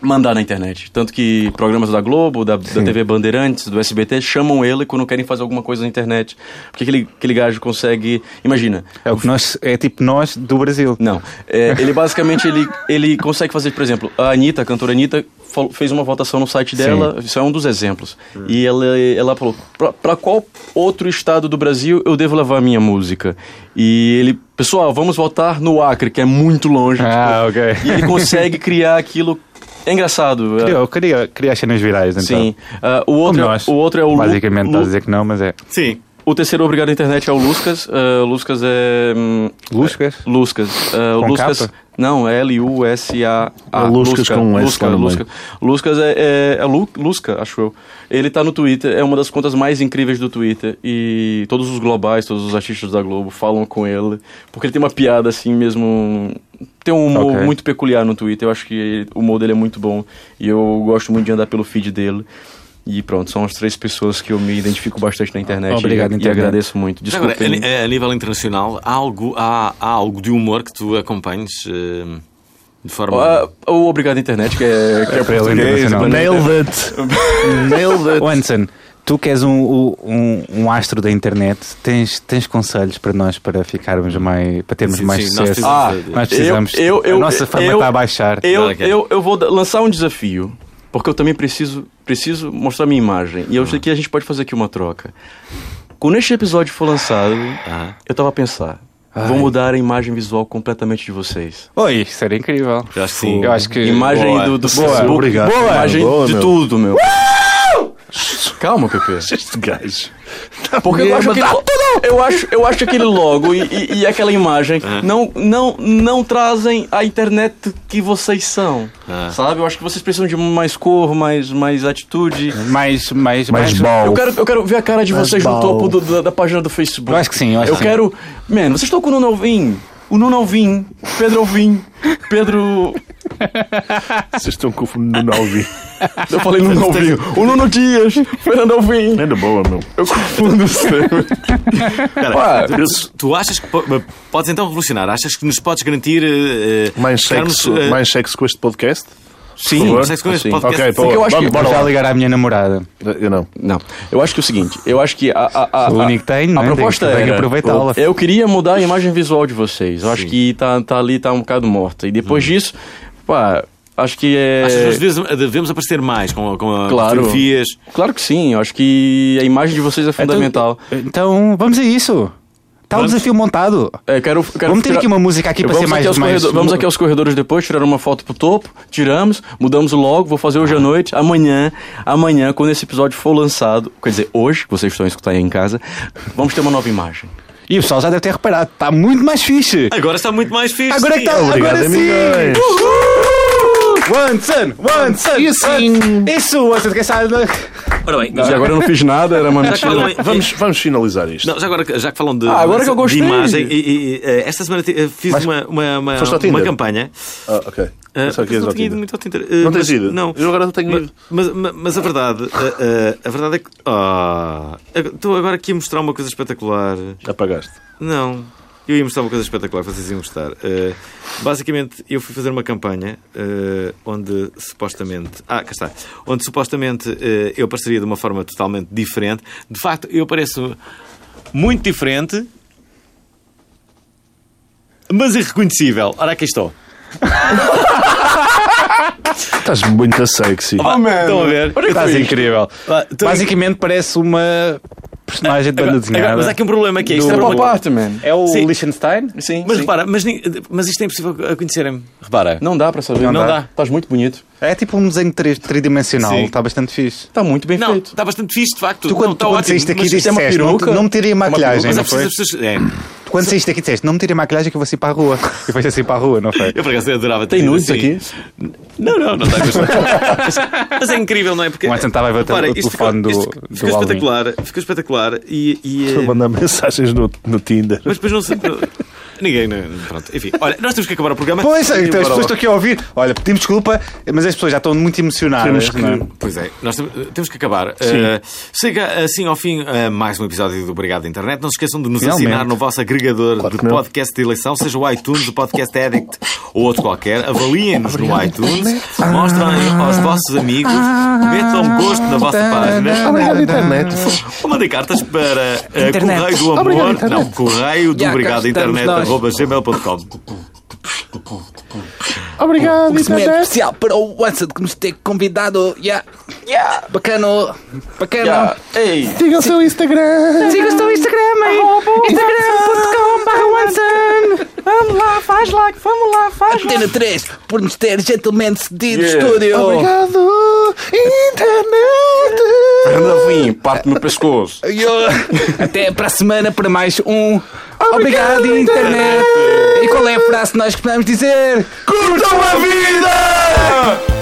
[SPEAKER 4] mandar na internet. Tanto que programas da Globo, da, da TV Bandeirantes, do SBT, chamam ele quando querem fazer alguma coisa na internet. Porque aquele, aquele gajo consegue. Imagina.
[SPEAKER 3] É, o que nós, é tipo nós do Brasil.
[SPEAKER 4] Não. É, ele basicamente ele, ele consegue fazer, por exemplo, a Anitta, a cantora Anitta, fal- fez uma votação no site dela, isso é um dos exemplos. E ela, ela falou: "Pra- pra qual outro estado do Brasil eu devo levar a minha música? E ele, pessoal, vamos votar no Acre, que é muito longe.
[SPEAKER 3] Ah,
[SPEAKER 4] tipo,
[SPEAKER 3] ok.
[SPEAKER 4] E ele consegue criar aquilo. É engraçado. é-
[SPEAKER 3] Eu queria criar cenas virais, então.
[SPEAKER 4] Sim. Ah, o, outro,
[SPEAKER 3] Como
[SPEAKER 4] é-
[SPEAKER 3] nós.
[SPEAKER 4] o outro é o Lu-
[SPEAKER 3] Basicamente, estás a
[SPEAKER 4] Lu-
[SPEAKER 3] dizer que não, mas é.
[SPEAKER 1] Sim.
[SPEAKER 4] o terceiro obrigado à internet é o Luscas. Ah, O Luscas é. hum,
[SPEAKER 3] Luscas?
[SPEAKER 4] Luscas. Ah, o
[SPEAKER 3] Com
[SPEAKER 4] Luscas.
[SPEAKER 3] capa?
[SPEAKER 4] Não, é L-U-S-A.
[SPEAKER 9] É Luscas com S também.
[SPEAKER 4] Lusca. Luscas é, é, é Lu- Lusca, acho eu. Ele tá no Twitter, é uma das contas mais incríveis do Twitter. E todos os globais, todos os artistas da Globo falam com ele. Porque ele tem uma piada assim mesmo. Tem um humor
[SPEAKER 3] Ok.
[SPEAKER 4] muito peculiar no Twitter. Eu acho que ele- o humor dele é muito bom. E eu gosto muito de andar pelo feed dele. E pronto, são as três pessoas que eu me identifico bastante na internet.
[SPEAKER 3] Obrigado,
[SPEAKER 4] e, e
[SPEAKER 3] internet.
[SPEAKER 4] agradeço muito. Desculpa.
[SPEAKER 1] Agora, é a, ni- a nível internacional, há algo, há, há algo de humor que tu acompanhes eh, de forma.
[SPEAKER 3] Ah.
[SPEAKER 4] Ah, o obrigado internet, que é, que é
[SPEAKER 3] Para ele internacional.
[SPEAKER 9] Nailed it! Nailed it!
[SPEAKER 3] Ô, Anderson, tu que és um, um, um astro da internet, tens, tens conselhos para nós para ficarmos mais. para termos
[SPEAKER 1] Sim,
[SPEAKER 3] mais
[SPEAKER 1] sim, nós
[SPEAKER 3] sucesso?
[SPEAKER 1] precisamos
[SPEAKER 4] Ah,
[SPEAKER 1] de-
[SPEAKER 3] nós precisamos.
[SPEAKER 4] Eu- eu-
[SPEAKER 3] a nossa
[SPEAKER 4] eu-
[SPEAKER 3] fama tá
[SPEAKER 4] eu-
[SPEAKER 3] está a baixar.
[SPEAKER 4] Eu,
[SPEAKER 1] Nada que é.
[SPEAKER 4] eu, eu vou da- lançar um desafio, porque eu também preciso, preciso mostrar minha imagem. E eu sei que a gente pode fazer aqui uma troca. Quando este episódio for lançado,
[SPEAKER 1] Ah,
[SPEAKER 4] eu tava a pensar, vou mudar a imagem visual completamente de vocês.
[SPEAKER 3] Oi, isso era incrível.
[SPEAKER 1] já sim.
[SPEAKER 3] Eu acho que.
[SPEAKER 4] imagem do, do
[SPEAKER 3] Boa,
[SPEAKER 4] Facebook,
[SPEAKER 9] obrigado.
[SPEAKER 4] boa, imagem
[SPEAKER 2] boa,
[SPEAKER 4] de
[SPEAKER 2] meu.
[SPEAKER 4] tudo, meu. Calma, Pepe.
[SPEAKER 9] Este gajo.
[SPEAKER 4] Porque
[SPEAKER 3] É,
[SPEAKER 4] eu acho, aquele, eu, acho, eu acho aquele logo e, e- e aquela imagem
[SPEAKER 3] É.
[SPEAKER 4] não, não, não trazem a internet que vocês são.
[SPEAKER 3] É.
[SPEAKER 1] Ah.
[SPEAKER 4] Sabe? Eu acho que vocês precisam de mais cor, mais, mais atitude.
[SPEAKER 3] Mais. mais,
[SPEAKER 9] Mais
[SPEAKER 4] Eu
[SPEAKER 9] bom.
[SPEAKER 4] quero, eu quero ver a cara de vocês no topo do- da, da página do Facebook.
[SPEAKER 3] Eu acho que sim, eu acho que sim.
[SPEAKER 4] quero. Man, vocês estão com o Nuno Alvim. O Nuno Alvim, Pedro Alvim, Pedro.
[SPEAKER 9] Vocês estão confundindo o Alvim.
[SPEAKER 4] Eu falei Nuno Alvim. O Nuno Dias, Fernando Alvim.
[SPEAKER 2] É na boa, meu.
[SPEAKER 4] Eu confundo os termos. Ué,
[SPEAKER 1] Tu- Tu achas que po- podes então revolucionar? Achas que nos podes garantir eh, eh,
[SPEAKER 2] Mais
[SPEAKER 1] ficarmos,
[SPEAKER 2] sexo,
[SPEAKER 1] eh,
[SPEAKER 2] mais sexo com este podcast?
[SPEAKER 4] Sim,
[SPEAKER 2] favor.
[SPEAKER 1] sexo com este
[SPEAKER 4] Sim.
[SPEAKER 1] podcast?
[SPEAKER 2] Ok,
[SPEAKER 1] Sim.
[SPEAKER 2] pô,
[SPEAKER 4] eu acho
[SPEAKER 2] vamos,
[SPEAKER 4] que-
[SPEAKER 2] bora
[SPEAKER 3] Vou já
[SPEAKER 2] lá.
[SPEAKER 3] ligar à minha namorada.
[SPEAKER 2] Eu não.
[SPEAKER 4] Não, eu acho que é o seguinte, eu acho que a, a, a,
[SPEAKER 3] O
[SPEAKER 4] a-
[SPEAKER 3] único que tem,
[SPEAKER 4] a
[SPEAKER 3] né? Tem-
[SPEAKER 4] proposta
[SPEAKER 3] tem que
[SPEAKER 4] era,
[SPEAKER 3] aproveitá-la.
[SPEAKER 4] Eu queria mudar a imagem visual de vocês. Eu acho
[SPEAKER 1] Sim.
[SPEAKER 4] que tá, tá ali, tá um bocado morta. E depois
[SPEAKER 3] Hum.
[SPEAKER 4] disso, pá, acho que é.
[SPEAKER 1] Achas que
[SPEAKER 2] eh,
[SPEAKER 1] nós devemos, devemos aparecer mais com, com a- com
[SPEAKER 4] Claro.
[SPEAKER 1] fotografias?
[SPEAKER 4] Claro que sim, eu acho que a imagem de vocês é fundamental.
[SPEAKER 3] Então, então, vamos a isso. Está o desafio montado.
[SPEAKER 4] É, quero, quero
[SPEAKER 3] Vamos ter
[SPEAKER 4] tirar-
[SPEAKER 3] aqui uma música aqui para
[SPEAKER 4] vamos
[SPEAKER 3] ser mais.
[SPEAKER 4] aqui aos
[SPEAKER 3] mais...
[SPEAKER 4] corredo- Vamos aqui aos corredores depois, tirar uma foto pro topo, tiramos, mudamos logo, vou fazer
[SPEAKER 3] Ah.
[SPEAKER 4] hoje à noite. Amanhã, amanhã, quando esse episódio for lançado, quer dizer, hoje, que vocês estão a escutar aí em casa, vamos ter uma nova imagem.
[SPEAKER 3] E o pessoal já deve ter reparado. Está muito mais fixe.
[SPEAKER 1] Agora está muito mais fixe.
[SPEAKER 3] Agora é que
[SPEAKER 1] sim.
[SPEAKER 3] tá,
[SPEAKER 2] Obrigado,
[SPEAKER 3] agora
[SPEAKER 2] amigões.
[SPEAKER 3] sim! Uhul! One sun, one sun,
[SPEAKER 9] E assim-
[SPEAKER 3] one- Isso, one sun, quem sabe...
[SPEAKER 1] Ora bem,
[SPEAKER 4] E
[SPEAKER 1] já,
[SPEAKER 4] agora eu não fiz nada, era uma
[SPEAKER 1] já que falam em-
[SPEAKER 2] Vamos, vamos finalizar isto.
[SPEAKER 1] Não, já, agora, já que falam de,
[SPEAKER 4] Ah, agora
[SPEAKER 1] de-
[SPEAKER 4] que eu
[SPEAKER 1] de
[SPEAKER 4] gostei.
[SPEAKER 1] imagem, e- e- e, eh, esta semana te- eh, fiz
[SPEAKER 2] Mas
[SPEAKER 1] uma, uma, uma,
[SPEAKER 2] foste ao Tinder?
[SPEAKER 1] uma campanha.
[SPEAKER 2] Ah, ok.
[SPEAKER 1] Eh,
[SPEAKER 2] Pensava
[SPEAKER 1] mas
[SPEAKER 2] que ias
[SPEAKER 1] não
[SPEAKER 2] ao
[SPEAKER 1] tinha ido
[SPEAKER 2] Tinder.
[SPEAKER 1] muito ao Tinder. Eh,
[SPEAKER 2] Não tens
[SPEAKER 1] mas-
[SPEAKER 2] ido?
[SPEAKER 1] Não.
[SPEAKER 2] Eu agora não tenho
[SPEAKER 1] Ma-
[SPEAKER 2] ido.
[SPEAKER 1] Mas, ma- mas a verdade, eh, eh, a verdade é que. Ah, estou agora aqui a mostrar uma coisa espetacular.
[SPEAKER 2] Apagaste.
[SPEAKER 1] Não. Eu ia mostrar uma coisa espetacular, vocês iam gostar. Eh, basicamente, eu fui fazer uma campanha eh, onde supostamente. Ah, cá está. Onde supostamente eh, eu apareceria de uma forma totalmente diferente. De facto, eu pareço muito diferente, mas irreconhecível. Ora, aqui estou.
[SPEAKER 2] Estás muito sexy.
[SPEAKER 3] Oh,
[SPEAKER 1] Vá, Estão a ver?
[SPEAKER 3] Estás Tá assim, incrível.
[SPEAKER 1] Vá, estou-
[SPEAKER 3] Basicamente parece uma personagem de banda
[SPEAKER 1] Agora- agora- mas há
[SPEAKER 3] desenhada.
[SPEAKER 1] aqui um problema que é isto.
[SPEAKER 3] Do-
[SPEAKER 1] é um
[SPEAKER 3] Pop
[SPEAKER 1] problema-
[SPEAKER 4] man.
[SPEAKER 3] É o
[SPEAKER 1] Sim.
[SPEAKER 3] Liechtenstein?
[SPEAKER 4] Sim,
[SPEAKER 1] Mas
[SPEAKER 4] sim.
[SPEAKER 1] repara, mas, nin- mas isto é impossível a conhecerem-me. Repara.
[SPEAKER 4] Não dá pra saber.
[SPEAKER 1] Não dá.
[SPEAKER 4] Estás muito bonito.
[SPEAKER 3] É tipo um desenho tri- tridimensional,
[SPEAKER 1] Sim.
[SPEAKER 3] está bastante fixe.
[SPEAKER 5] Está muito bem
[SPEAKER 1] Não, tá
[SPEAKER 5] feito.
[SPEAKER 1] está bastante fixe, de facto.
[SPEAKER 3] Tu,
[SPEAKER 1] Não,
[SPEAKER 3] quando,
[SPEAKER 1] está
[SPEAKER 3] tu, quando
[SPEAKER 1] ótimo,
[SPEAKER 3] saíste aqui
[SPEAKER 1] mas-
[SPEAKER 3] disseste,
[SPEAKER 5] uma
[SPEAKER 3] não,
[SPEAKER 5] peruca?
[SPEAKER 3] não me tirei a maquilhagem,
[SPEAKER 1] Mas é
[SPEAKER 3] não
[SPEAKER 1] preciso
[SPEAKER 3] foi?
[SPEAKER 1] as pessoas. É.
[SPEAKER 3] Tu, quando saíste aqui disseste, não me tirei a maquilhagem que eu vou sair para a rua. E foi assim para a rua, não foi?
[SPEAKER 1] Eu por acaso adorava ter
[SPEAKER 5] Tem
[SPEAKER 1] ido
[SPEAKER 5] nudes
[SPEAKER 1] assim.
[SPEAKER 5] aqui?
[SPEAKER 1] Não, não, não está a gostar. mas, mas é incrível, não é? Porque,
[SPEAKER 3] O Edson estava a ver o
[SPEAKER 1] repara,
[SPEAKER 3] tele- o
[SPEAKER 1] isto
[SPEAKER 3] telefone do-
[SPEAKER 1] isto
[SPEAKER 3] do
[SPEAKER 1] Ficou
[SPEAKER 3] Alvin.
[SPEAKER 1] espetacular, ficou espetacular e... e, eh,
[SPEAKER 10] Estou a mandar mensagens no, no Tinder.
[SPEAKER 1] mas depois não sei... não- Ninguém, não- é? pronto, enfim. Olha, nós temos que acabar o programa.
[SPEAKER 3] Pois,
[SPEAKER 1] Temos que
[SPEAKER 3] então, as
[SPEAKER 1] acabar
[SPEAKER 3] pessoas
[SPEAKER 1] o-
[SPEAKER 3] estão aqui a ouvir. Olha, pedimos desculpa, mas as pessoas já estão muito emocionadas.
[SPEAKER 10] Temos que-
[SPEAKER 3] não é?
[SPEAKER 1] Pois é, nós tem- temos que acabar. Eh, chega assim ao fim eh, mais um episódio do Obrigado Internet. Não se esqueçam de nos
[SPEAKER 3] Finalmente.
[SPEAKER 1] assinar no vosso agregador de
[SPEAKER 10] que não.
[SPEAKER 1] podcast de eleição, seja o iTunes, o Podcast Addict ou outro qualquer. Avaliem-nos no iTunes, mostrem aos vossos amigos, metam gosto na vossa página.
[SPEAKER 10] Obrigado, internet.
[SPEAKER 1] Ou mandem cartas para eh,
[SPEAKER 11] Internet.
[SPEAKER 1] Correio do Amor.
[SPEAKER 10] Obrigado, internet.
[SPEAKER 1] não, Correio do
[SPEAKER 11] Já cá
[SPEAKER 1] Obrigado
[SPEAKER 11] estamos
[SPEAKER 1] Internet,
[SPEAKER 11] nós.
[SPEAKER 1] arroba gmail.com.
[SPEAKER 10] Obrigado,
[SPEAKER 11] Momento
[SPEAKER 10] internet.
[SPEAKER 11] especial para o Watson que nos ter convidado. Yeah. Yeah. Bacano. Bacano.
[SPEAKER 4] Ah, ei!
[SPEAKER 10] Diga o seu Instagram.
[SPEAKER 11] Siga-se no Instagram, hein? Instagram.com.br Vamos lá, faz like, vamos lá, faz like. Antena 3, por nos ter gentilmente cedido o estúdio.
[SPEAKER 10] Obrigado, internet.
[SPEAKER 5] Fernando Alvim, parte no pescoço.
[SPEAKER 11] E, ó, Até para a semana para mais um Obrigado, internet. E qual é a frase que nós podemos dizer?
[SPEAKER 3] Curtam a vida!